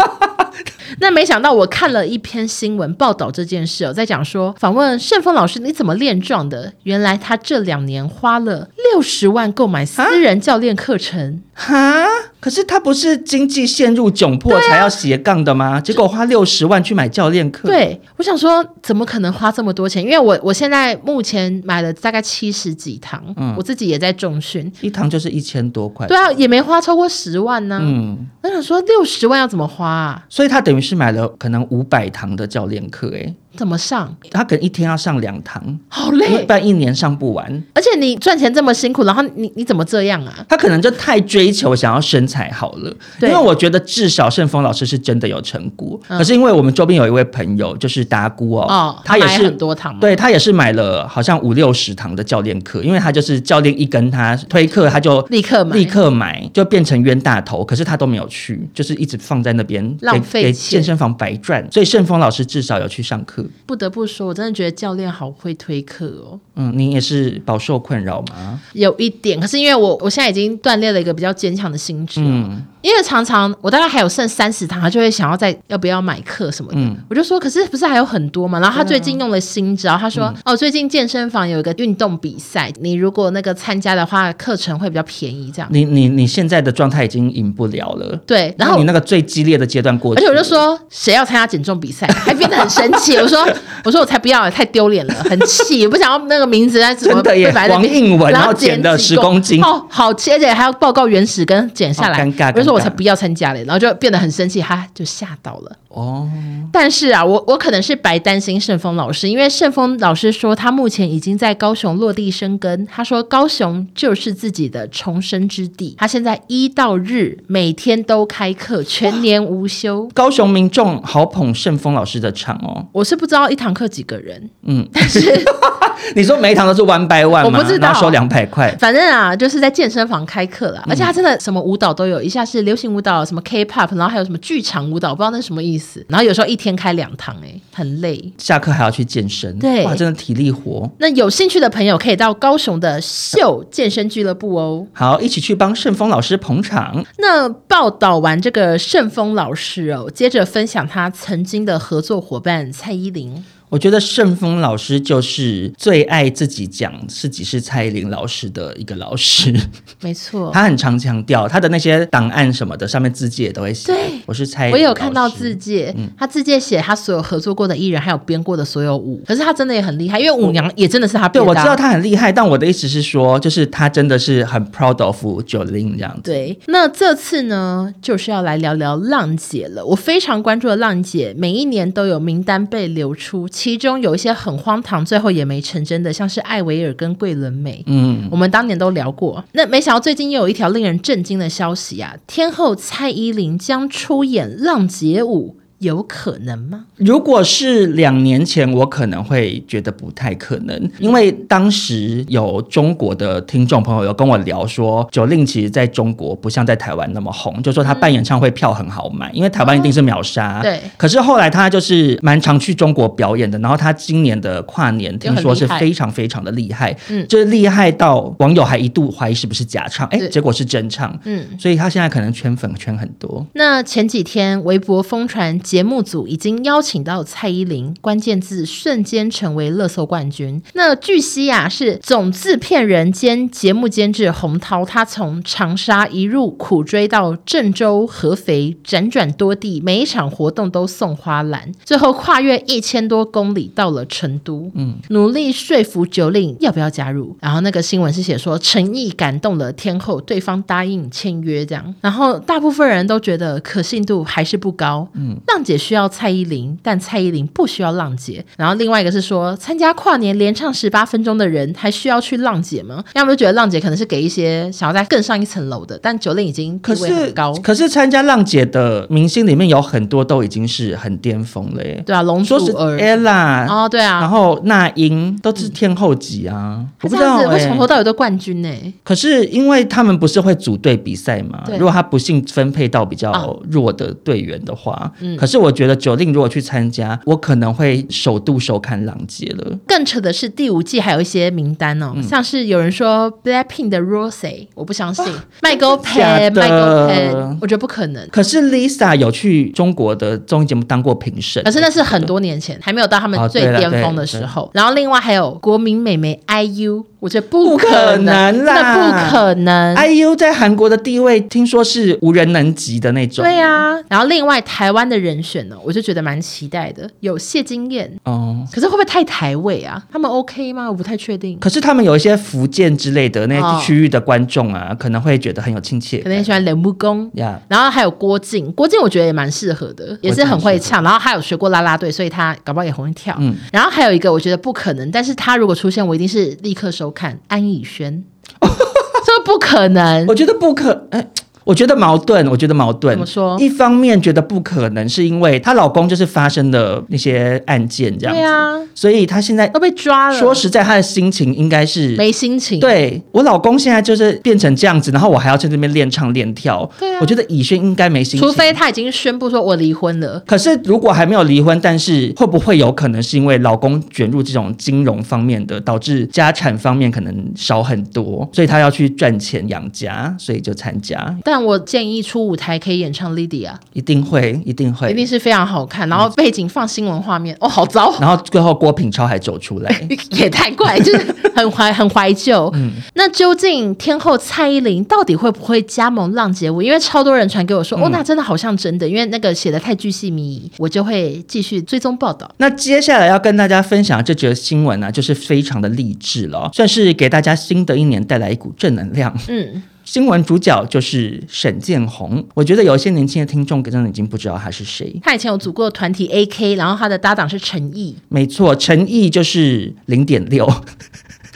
那没想到，我看了一篇新闻报道这件事哦，在讲说，访问盛峰老师你怎么练壮的？原来他这两年花了六十万购买私人教练课程，哈，可是她不是经济陷入窘迫才要斜杠的吗？结果花六十万去买教练课，，啊对，我想说，怎么可能花这么多钱？因为我我现在目前买了大概七十几堂，嗯我自己也在重训，一堂就是一千多块。对啊，啊也没花超过十万呢、哎嗯，我想说，六十万要怎么花啊？所以她等于是买了可能五百堂的教练课，诶，怎么上？她可能一天要上两堂，好因为累不，然一年上不完。而且你赚钱这么辛苦，然后你你怎么这样啊？他可能就太追求想要身材好了，因对为我觉得至少盛峰老师是真的有成果。嗯可是因为我们周边有一位朋友就是达姑哦，哦，他也买是很多堂嘛，对他也是买了好像五六十堂的教练课，因为他就是教练一跟他推课，他就立刻买，立刻买，就变成冤大头。可是他都没有去，就是一直放在那边浪给费给钱健身房白赚。所以盛峰老师至少有去上课。不得不说，我真的觉得教练好会推课哦。嗯，你也是饱受困扰吗？有一点，可是因为我我现在已经锻炼了一个比较坚强的心智、嗯，因为常常我大概还有剩三十堂，他就会想要再要不要买课什么的、我就说可是不是还有很多嘛？然啊后他最近用了新招，他嗯说、哦最近健身房有一个运动比赛，你如果那个参加的话，课程会比较便宜这样。你你你现在的状态已经赢不了了。对，然后你那个最激烈的阶段过而去且了，我就说，谁要参加减重比赛，还变得很生气。我说，我说我才不要，太丢脸了，很气，不想要那个名字，怎么真的耶被摆在那边王应文然然后后减了几10公斤哦，好气，而且还要报告原始跟减下来，好尴尬我就说尴尬我才不要参加嘞，然后就变得很生气，他就吓到了。哦，但是啊，我我可能是白担心盛峰老师，因为盛峰老师说他目前已经在高雄落地生根，他说高雄就是自己的重生之地，他现在一到日每天都开课，全年无休。高雄民众好捧盛峰老师的场哦。我是不知道一堂课几个人，嗯嗯，但是你说每一堂都是 one by one 我吗？不知道然后收两百块。反正啊，就是在健身房开课嗯啦，而且他真的什么舞蹈都有，一下是流行舞蹈，什么 K-pop，然后还有什么剧场舞蹈，不知道那是什么意思。然后有时候一天开两堂、哎，很累。下课还要去健身，对哇，真的体力活。那有兴趣的朋友可以到高雄的秀健身俱乐部哦。好，一起去帮盛峰老师捧场。那报道完这个盛峰老师哦，接着分享他曾经的合作伙伴蔡依林。我觉得盛峰老师就是最爱自己讲自己是蔡依林老师的一个老师，没错，他很常强调他的那些档案什么的，上面字迹也都会写。对，我是蔡依我林有看到老师嗯自介，他自介写他所有合作过的艺人，还有编过的所有舞。可是他真的也很厉害，因为舞娘也真的是他对，编的我啊、知道他很厉害，但我的意思是说，就是他真的是很 proud of Jolin 这样子。对，那这次呢，就是要来聊聊浪姐了。我非常关注的浪姐，每一年都有名单被流出，其中有一些很荒唐，最后也没成真的，像是艾薇儿跟桂纶镁。嗯，我们当年都聊过，那没想到最近又有一条令人震惊的消息啊！天后蔡依林将出演《浪姐五》，有可能吗？如果是两年前，我可能会觉得不太可能，因为当时有中国的听众朋友有跟我聊说，九令其实在中国不像在台湾那么红，就说他办演唱会票很好买，因为台湾一定是秒嗯杀。对可是后来他就是蛮常去中国表演的，然后他今年的跨年听说是就很厉害非常非常的厉害，嗯就是厉害到网友还一度怀疑是不是假唱，哎，是结果是真唱。嗯，所以他现在可能圈粉圈很多，那前几天微博疯传节目组已经邀请到蔡依林，关键字瞬间成为热搜冠军。那据悉啊，是总制片人兼节目监制洪涛，他从长沙一路苦追到郑州、合肥，辗转多地，每一场活动都送花篮，最后跨越一千多公里到了成都，嗯，努力说服九令要不要加入。然后那个新闻是写说诚意感动了天后，对方答应签约这样。然后大部分人都觉得可信度还是不高。嗯，浪姐需要蔡依林，但蔡依林不需要浪姐。然后另外一个是说，参加跨年连唱十八分钟的人还需要去浪姐吗？要么就觉得浪姐可能是给一些想要再更上一层楼的，但九令已经地可位是很高，可是参加浪姐的明星里面有很多都已经是很巅峰了耶。对啊，龙珠说是儿 ella，、哦，对啊然，后那英都是天后级啊，他我不嗯这知道样子会耶从头到尾都冠军呢、可是因为他们不是会组队比赛嘛对，如果他不幸分配到比啊较弱的队员的话，嗯可是我觉得九令如果去参加，我可能会首度收看浪姐了。更扯的是第五季还有一些名单嗯哦，像是有人说 Blackpink 的 Rosé，我不相信、Michael 假 Pan、啊的 Michael Pan，我觉得不可能。可是 Lisa 有去中国的综艺节目当过评审，可是那是很多年前，还没有到他们哦最对啦巅峰的时候。然后另外还有国民美眉 IU，我觉得不不可可能啦那不可能。 IU 在韩国的地位，听说是无人能及的那种。对啊，然后另外台湾的人选哦呢，我就觉得蛮期待的，有谢金燕，哦，可是会不会太台味啊？他们 OK 吗？我不太确定，可是他们有一些福建之类的那哦些区域的观众啊，可能会觉得很有亲切可能也感喜欢冷木工，呀。然后还有郭靖，郭靖我觉得也蛮适合的，也是很会唱，然后他有学过啦啦队，所以他搞不好也很会跳。嗯然后还有一个我觉得不可能，但是他如果出现，我一定是立刻收看安以 (laughs) 轩，这不可能我。觉得不可，哎、我觉得矛盾，我觉得矛盾。怎么说一方面觉得不可能，是因为她老公就是发生了那些案件这样对子，啊，所以她现在都被抓了，说实在，她的心情应该是。没心情。对我老公现在就是变成这样子，然后我还要在这边练唱练跳，对啊我觉得以轩应该没心情。除非他已经宣布说我离婚了，可是如果还没有离婚，但是会不会有可能是因为老公卷入这种金融方面的，导致家产方面可能少很多，所以她要去赚钱养家，所以就参加，但我建议出舞台可以演唱 Lydia，一 (laughs) 定会，一定会，一定是非常好看，然后背景放新闻画面，哦，好糟。。然后最后郭品超还走出来 (laughs) 也太怪，就是很怀很怀旧。嗯那究竟天后蔡依林到底会不会加盟浪姐舞？因为超多人传给我嗯说，哦，那真的好像真的，因为那个写的太巨细靡遗，我就会继续追踪报道。那接下来要跟大家分享这则新闻呢、就是非常的励志了哦，算是给大家新的一年带来一股正能量。 (laughs) 嗯，新闻主角就是沈建宏，我觉得有一些年轻的听众真的已经不知道他是谁。她以前有组过团体 AK，然后她的搭档是陈毅。没错，陈毅就是零点六，哦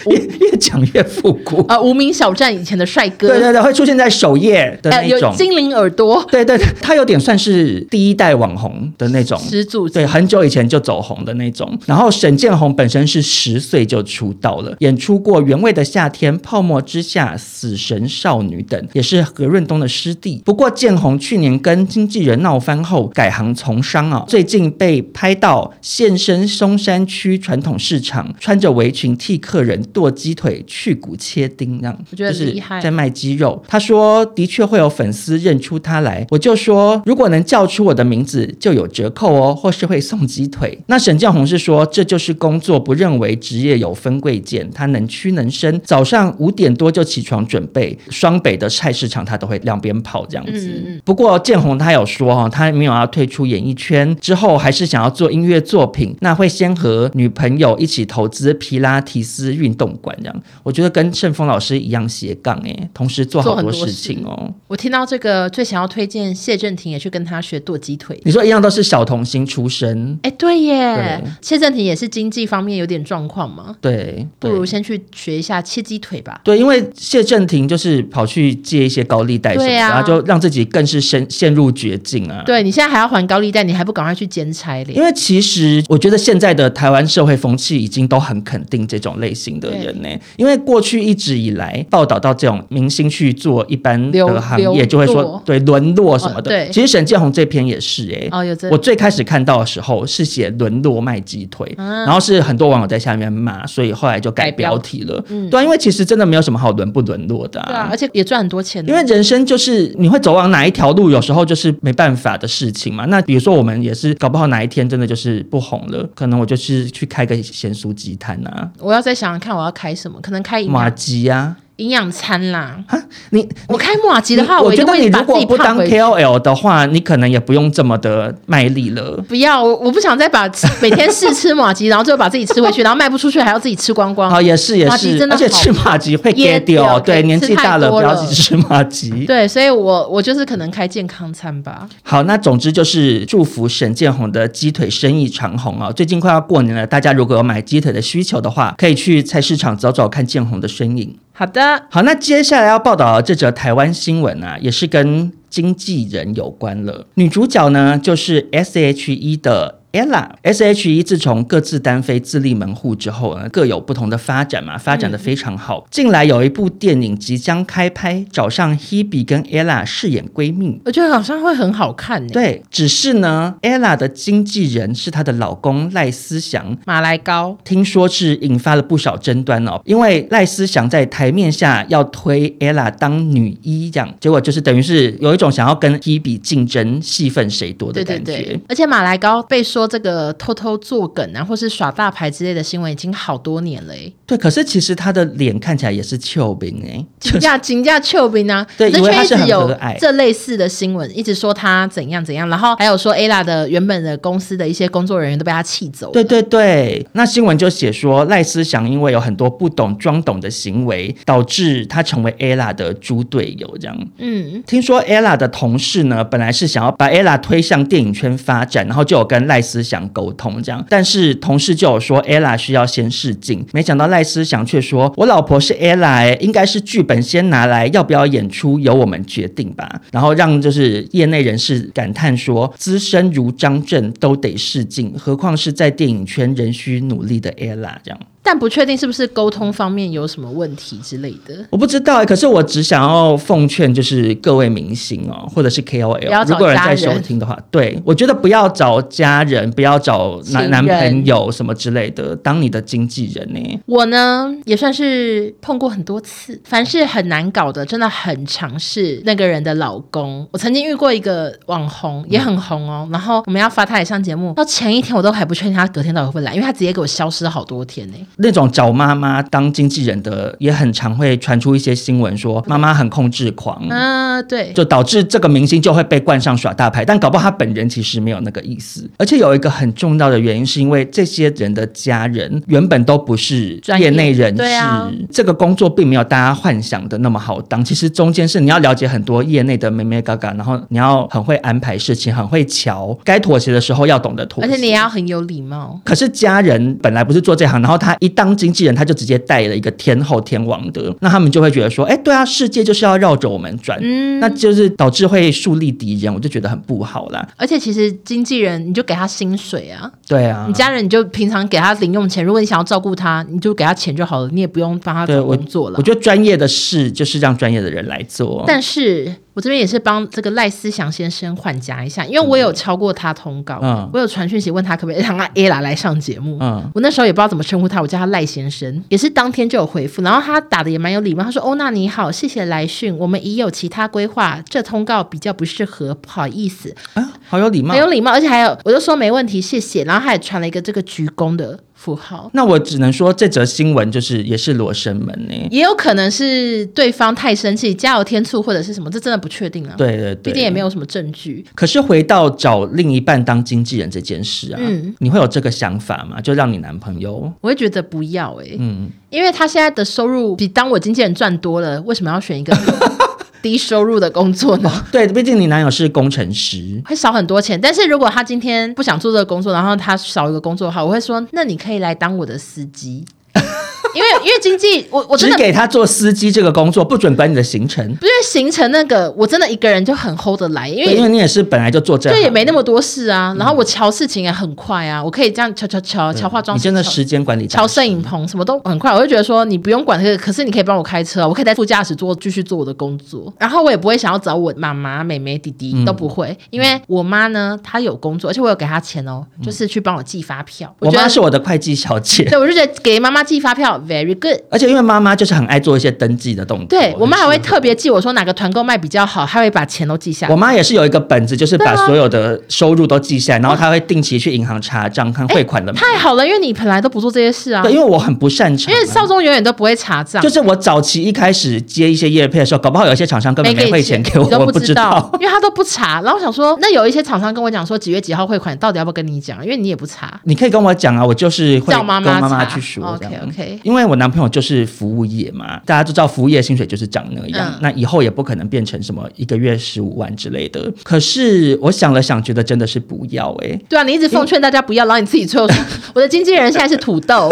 越 (laughs) 越讲越复古。呃，无名小站以前的帅哥，对对对，会出现在首页的呃，那有种。精灵耳朵对对对，他有点算是第一代网红的那种。始祖，对，很久以前就走红的那种。然后沈建宏本身是十岁就出道了，演出过《原味的夏天》《泡沫之夏》《死神少女》等，也是何润东的师弟。不过建宏去年跟经纪人闹翻后改行从商啊，最近被拍到现身松山区传统市场，穿着围裙替客人剁鸡腿、去骨切丁，这样我觉得就是厉害在卖鸡肉。他说，的确会有粉丝认出他来。我就说，如果能叫出我的名字，就有折扣哦，或是会送鸡腿。那沈建宏是说，这就是工作，不认为职业有分贵贱，他能屈能伸。早上五点多就起床准备，双北的菜市场他都会两边跑这样子。嗯嗯不过建宏他有说哈，他没有要退出演艺圈，之后还是想要做音乐作品，那会先和女朋友一起投资皮拉提斯运动馆这样。我觉得跟盛峰老师一样斜杠哎、同时做好多事情哦。我听到这个最想要推荐谢振廷也去跟他学剁鸡腿。你说一样都是小童星出身，哎，对耶对，谢振廷也是经济方面有点状况嘛，对，不对如先去学一下切鸡腿吧。对，因为谢振廷就是跑去借一些高利贷什么的，对啊然后就让自己更是深陷入绝境啊。对你现在还要还高利贷，你还不赶快去兼差嘞因？为其实我觉得现在的台湾社会风气已经都很肯定这种类型的人呢、因为过去一直以来报道到这种明星去做一般流的行流业，就会落说对沦落什么哦对的。其实沈建宏这篇也是哎、哦，有这我最开始看到的时候是写沦落卖鸡腿，啊然后是很多网友在下面骂，所以后来就改改标嗯标题了。对啊，因为其实真的没有什么好沦不沦落的、对啊，而且也赚很多钱呢。因为人生就是你会走往哪一条路，有时候就是没办法的事情嘛。那比如说我们也是，搞不好哪一天真的就是不红了，可能我就是去开个咸酥鸡摊啊、我要再想想看我要开什么，可能开银马行鸡啊，营养餐啦。你我开木瓦吉的话，你我一觉定得你会把如自果己不胖当回去。 KOL 的话，你可能也不用这么的卖力了。不要，我我不想再把 (laughs) 每天试吃马吉，然后最后把自己吃回去，然后卖不出去还要自己吃光光。好，也是也马吉是，真的而且好吃马吉会噎 get 掉，掉对，对年吃纪太大了多不要了只吃马吉。对，所以我我就是可能开健康餐吧。好，那总之就是祝福沈建宏的鸡腿生意长虹哦。最近快要过年了，大家如果有买鸡腿的需求的话，可以去菜市场走走看建宏的身影。好的，好，那接下来要报道的这则台湾新闻啊，也是跟经纪人有关了。女主角呢，就是 S.H.E 的。ella S.H.E 自从各自单飞自立门户之后呢，各有不同的发展嘛，发展的非常好。近来有一部电影即将开拍，找上 Hebe 跟 ella 饰演闺蜜，我觉得好像会很好看呢、，对，只是呢，ella 的经纪人是她的老公赖思祥。马来糕听说是引发了不少争端哦，因为赖思祥在台面下要推 ella 当女一，这样结果就是等于是有一种想要跟 Hebe 竞争戏份谁多的对感对觉。对，而且马来糕被说这个偷偷作梗啊，或是耍大牌之类的新闻已经好多年了、欸，对可是其实她的脸看起来也是俏饼哎，请假 (laughs) 请假邱斌啊，对可以为却一他是直很和有蔼这类似的新闻，一直说他怎样怎样，然后还有说 ella 的原本的公司的一些工作人员都被他气走了，对对对，那新闻就写说赖思祥因为有很多不懂装懂的行为，导致他成为 ella 的猪队友这样。嗯，听说 ella 的同事呢，本来是想要把 ella 推向电影圈发展，然后就有跟赖思祥沟通这样，但是同事就有说 ella 需要先试镜，没想到赖思祥却说：“我老婆是 ella，、欸、应该是剧本先拿来，要不要演出由我们决定吧。”然后让就是业内人士感叹说：“资深如张震都得试镜，何况是在电影圈仍需努力的 ella 这样。”但不确定是不是沟通方面有什么问题之类的。我不知道、欸，可是我只想要奉劝，就是各位明星哦，或者是不要 KOL，找如果有人家在收人听的话，对我觉得不要找家人，不要找男情男朋人友什么之类的，当你的经纪人呢、欸我呢也算是碰过很多次，凡是很难搞的，真的很尝试那个人的老公。我曾经遇过一个网红，嗯也很红哦，然后我们要发他也上节目，到前一天我都还不确定他隔天到底会不会来，因为他直接给我消失了好多天呢、那种找妈妈当经纪人的，也很常会传出一些新闻说妈妈很控制狂。嗯、对，就导致这个明星就会被冠上耍大牌，但搞不好他本人其实没有那个意思。而且有一个很重要的原因，是因为这些人的家人原本都不是专业业内人士，对啊这个工作并没有大家幻想的那么好当。其实中间是你要了解很多业内的妹妹嘎嘎，然后你要很会安排事情，很会瞧，该妥协的时候要懂得妥而协。且你也要很有礼貌。可是家人本来不是做这行，然后他一当经纪人，他就直接带了一个天后天王的，那他们就会觉得说，哎，对啊，世界就是要绕着我们转，嗯那就是导致会树立敌人，我就觉得很不好啦。而且其实经纪人你就给他薪水啊，对啊，你家人你就平常给他零用钱，如果你想要照顾他，你就给他钱就好了，你也不用帮他对找我工作了我。觉得专业的事就是让专业的人来做。但是我这边也是帮这个赖思祥先生缓夹一下，因为我有超过他通告，嗯我有传讯息问他可不可以让他 A 啦来上节目。嗯我那时候也不知道怎么称呼他，我叫他赖先生，也是当天就有回复，然后他打的也蛮有礼貌，他说：“欧娜你好，谢谢来讯，我们已有其他规划，这通告比较不适合，不好意思。”啊，好有礼貌很。有礼貌，而且还有，我就说没问题，谢谢，然后他也传了一个这个鞠躬的符号。那我只能说，这则新闻就是也是罗生门呢、也有可能是对方太生气，加油添醋或者是什么，这真的不确定啊。对对毕对，竟也没有什么证据。可是回到找另一半当经纪人这件事啊，嗯你会有这个想法吗？就让你男朋友，我会觉得不要哎、嗯，因为他现在的收入比当我经纪人赚多了，为什么要选一 (laughs) 个低收入的工作呢？对，毕竟你男友是工程师。会少很多钱，但是如果他今天不想做这个工作，然后他少一个工作的话，我会说，那你可以来当我的司 (laughs) 机，因为因为经济，我我真只的给他做司机这个工作，不准管你的行程，不是形成那个，我真的一个人就很 hold 得来，因对因为为你也是本来就做这嗯就行，也没那么多事啊，然后我瞧事情也很快啊，我可以这样瞧瞧瞧瞧化妆你师，真的瞧时间管理敲大师摄影棚什么都很快，我就觉得说你不用管这个，可是你可以帮我开车啊，我可以在副驾驶座继续做我的工作，然后我也不会想要找我妈妈、妹妹、弟嗯弟都不会，因为我妈呢她有工作，而且我有给她钱哦，就是去帮我寄发票。我觉妈得是我的会计小姐，对，我就觉得给妈妈寄发票，到 very good。而且因为妈妈就是很爱做一些登记的动作，对我妈还会就是特别记我说哪个团购卖比较好，她会把钱都记下来我。妈也是有一个本子，就是把对啊啊所有的收入都记下来，然后她会定期去银行查账，看汇款了没。哎太好了，因为你本来都不做这些事啊对，，因为我很不擅长因啊，为少宗永远都不会查账就。是我早期一开始接一些业配的时候，搞不好有一些厂商根本呃没汇给钱钱给我，你都我知知道。 (laughs) 因为他都不查。然后我想说，那有一些厂商跟我讲说几月几号汇款，到底要不要跟你讲？因为你也不查。你可以跟我讲啊，我就是会叫跟妈妈妈查哦妈去说这 OK 样。嗯 OK，因为我男朋友就是服务业嘛，大家都知道服务业薪水就是长那样，嗯那以后也不可能变成什么一个月十五万之类的。可是我想了想，觉得真的是不要哎、对啊，你一直奉劝大家不要，然后你自己最后说， (laughs) 我的经纪人现在是土豆，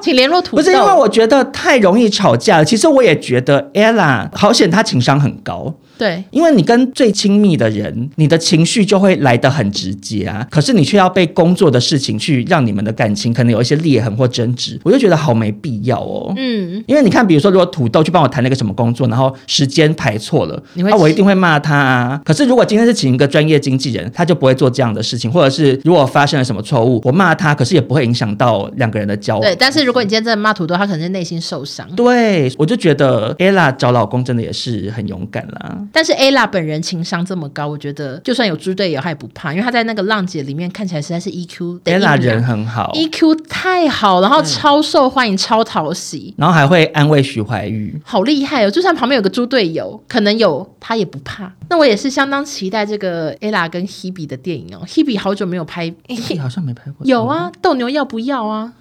请联络土不是因为豆。我觉得太容易吵架了，其实我也觉得 Ella 好险，她情商很高。对，因为你跟最亲密的人，你的情绪就会来得很直接啊。可是你却要被工作的事情去让你们的感情可能有一些裂痕或争执，我就觉得好没必要哦。嗯，因为你看，比如说，如果土豆去帮我谈那个什么工作，然后时间排错了，你会啊、我一气定会骂他啊。可是如果今天是请一个专业经纪人，他就不会做这样的事情，或者是如果发生了什么错误，我骂他，可是也不会影响到两个人的交往。对。但是如果你今天真的骂土豆，他可能是内心受伤。哦对，我就觉得 Ella 找老公真的也是很勇敢啦。但是 Ella 本人情商这么高，我觉得就算有猪队友，她也不怕，因为她在那个浪姐里面看起来实在是 EQ 的 E Ella 阴阳人很好嗯 EQ 太好，然后超受欢迎，超讨喜，然后还会安慰徐怀钰。好厉害哦！就算旁边有个猪队友，可能有他也不怕。那我也是相当期待这个 Ella 跟 Hebe 的电影哦。Hebe 好久没有拍，你好像没拍过。有啊，斗牛要不要啊？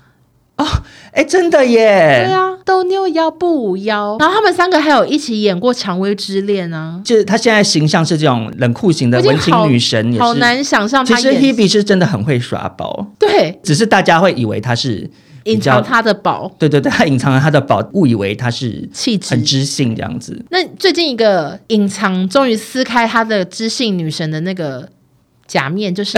哎，真的对耶！啊，斗牛要不要？然后他们三个还有一起演过《蔷薇之恋》啊，就是她现在形象是这种冷酷型的我已经文青好女嗯神，也好是。难想象其他实演 Hebe 是真的很会耍宝，对只是大家会以为她是比隐较藏，他的宝对对对，她隐藏了她的宝，误以为她是气质很。知性这样子。那最近一个隐藏终于撕开她的知性女神的那个假面，就是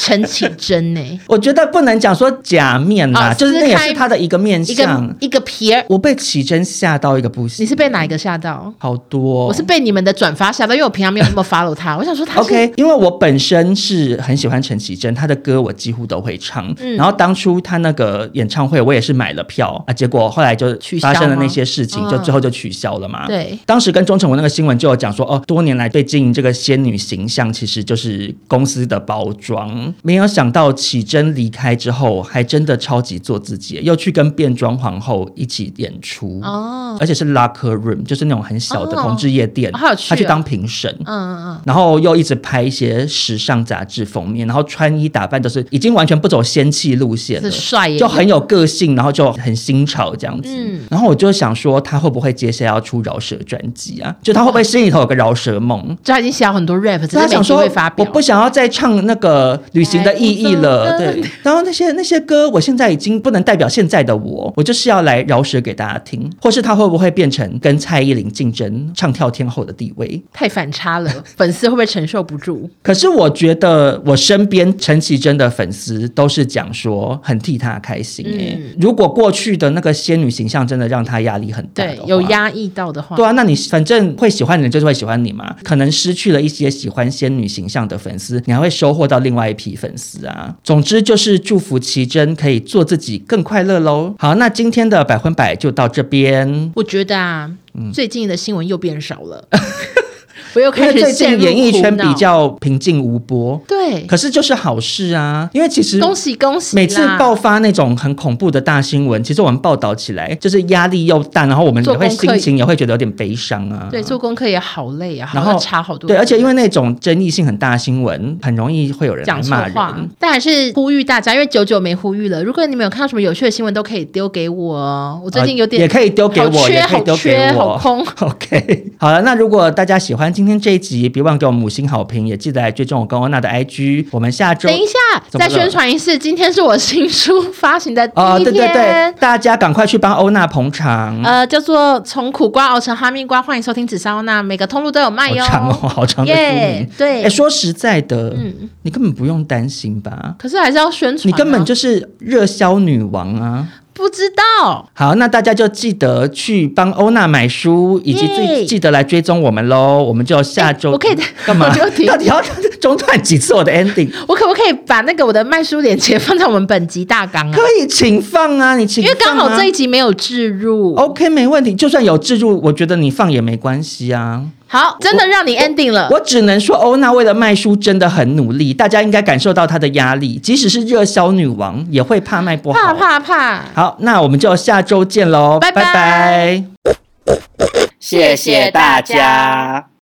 陈绮贞欸呢、 (laughs) 我觉得不能讲说假面啦，哦就是那撕也开是她的一个面一个相。一个皮儿。我被奇珍吓到一个不行，你是被哪一个吓到？好多哦、我是被你们的转发吓到，因为我平常没有那么 follow 他。我想说他是哦 OK，因为我本身是很喜欢陈绮贞，她的歌我几乎都会唱。嗯然后当初她那个演唱会，我也是买了票啊，结果后来就取消发生了吗那些事情，就嗯最后就取消了嘛。。对当时跟钟成文那个新闻就有讲说，哦，多年来对经营这个仙女形象，其实就是公司的包装。没有想到启真离开之后，还真的超级做自己，又去跟变装皇后一起演出，哦，而且是 locker room，就是那种很小的哦同志夜店，好有趣他去哦当评审。嗯嗯然后又一直拍一些时尚杂志封面，然后穿衣打扮都是已经完全不走仙气路线嗯，是了。帅耶，就很有个性，然后就很新潮这样子。嗯然后我就想说，他会不会接下来要出饶舌专辑啊？就他会不会心里头有个饶舌梦？就他已经写了很多 rap，只他是没想机说会发，我表。不想要再唱那个旅行的意义了。哎 (laughs) 对，然后那些那些歌，我现在已经不能代表现在的我，我就是要来饶舌给大家听。或是他会不会变成跟蔡依林竞争唱跳天后的地位？太反差 (laughs) 了，粉丝会不会承受不住？可是我觉得我身边陈绮贞的粉丝都是讲说很替她开心诶、嗯如果过去的那个仙女形象真的让她压力很大的对话，有。压抑到的话，对啊，那你反正会喜欢的人就是会喜欢你嘛。可能失去了一些喜欢仙女形象的粉丝，你还会收获到另外一批粉丝啊。总之就是祝福奇珍可以做自己更快乐喽。好，那今天的百分百就到这边。我觉得啊，嗯最近的新闻又变少 (laughs) 了，我又因开为始最陷近入演艺圈苦恼比较平静无波，对，可是就是好事啊。因为其实恭喜恭喜啦！每次爆发那种很恐怖的大新闻，其实我们报道起来就是压力又大，然后我们也会做功课心情也会觉得有点悲伤啊。对做功课也好累啊，然好后要查好多对，而且因为。为那种争议性很大的新闻，很容易会有人来讲错骂话人。，哦但还是呼吁大家，因为久久没呼吁了。如果你们有看到什么有趣的新闻，都可以丢给我哦。我最近有点、呃也可以丢给好我，缺也可以丢好缺给好我。空。 (laughs) OK，好了，那如果大家喜欢今天这一集，别忘给我们五星好评，也记得来追踪我跟欧娜的 IG。我们下周等一下，怎么再了宣传一次，今天是我新书发行的第一天。哦，对对对，大家赶快去帮欧娜捧场。呃，叫做从苦瓜熬成哈密瓜，欢迎收听紫砂欧娜，每个通路都有卖好哟。长哦，好长的书名 (laughs) 耶。对哎，说实在的，嗯你根本不用担心吧？可是还是要宣传啊、你根本就是热销女王啊！不知道。好，那大家就记得去帮欧娜买书，以及耶哎最记得来追踪我们喽。我们就下 (laughs) 周、我可以干嘛？我就停嗯到底要中断几次我的 ending？我可不可以把那个我的卖书链接放在我们本集大纲啊可？以，请放啊，你请因放啊、为刚好这一集没有置入。 OK 没问题，就算有置入，我觉得你放也没关系啊。好，真的让你 ending 了。我只能说，欧娜为了卖书真的很努力，大家应该感受到她的压力。即使是热销女王，也会怕卖不好。怕怕怕！好，那我们就下周见喽，拜拜拜拜谢谢大家。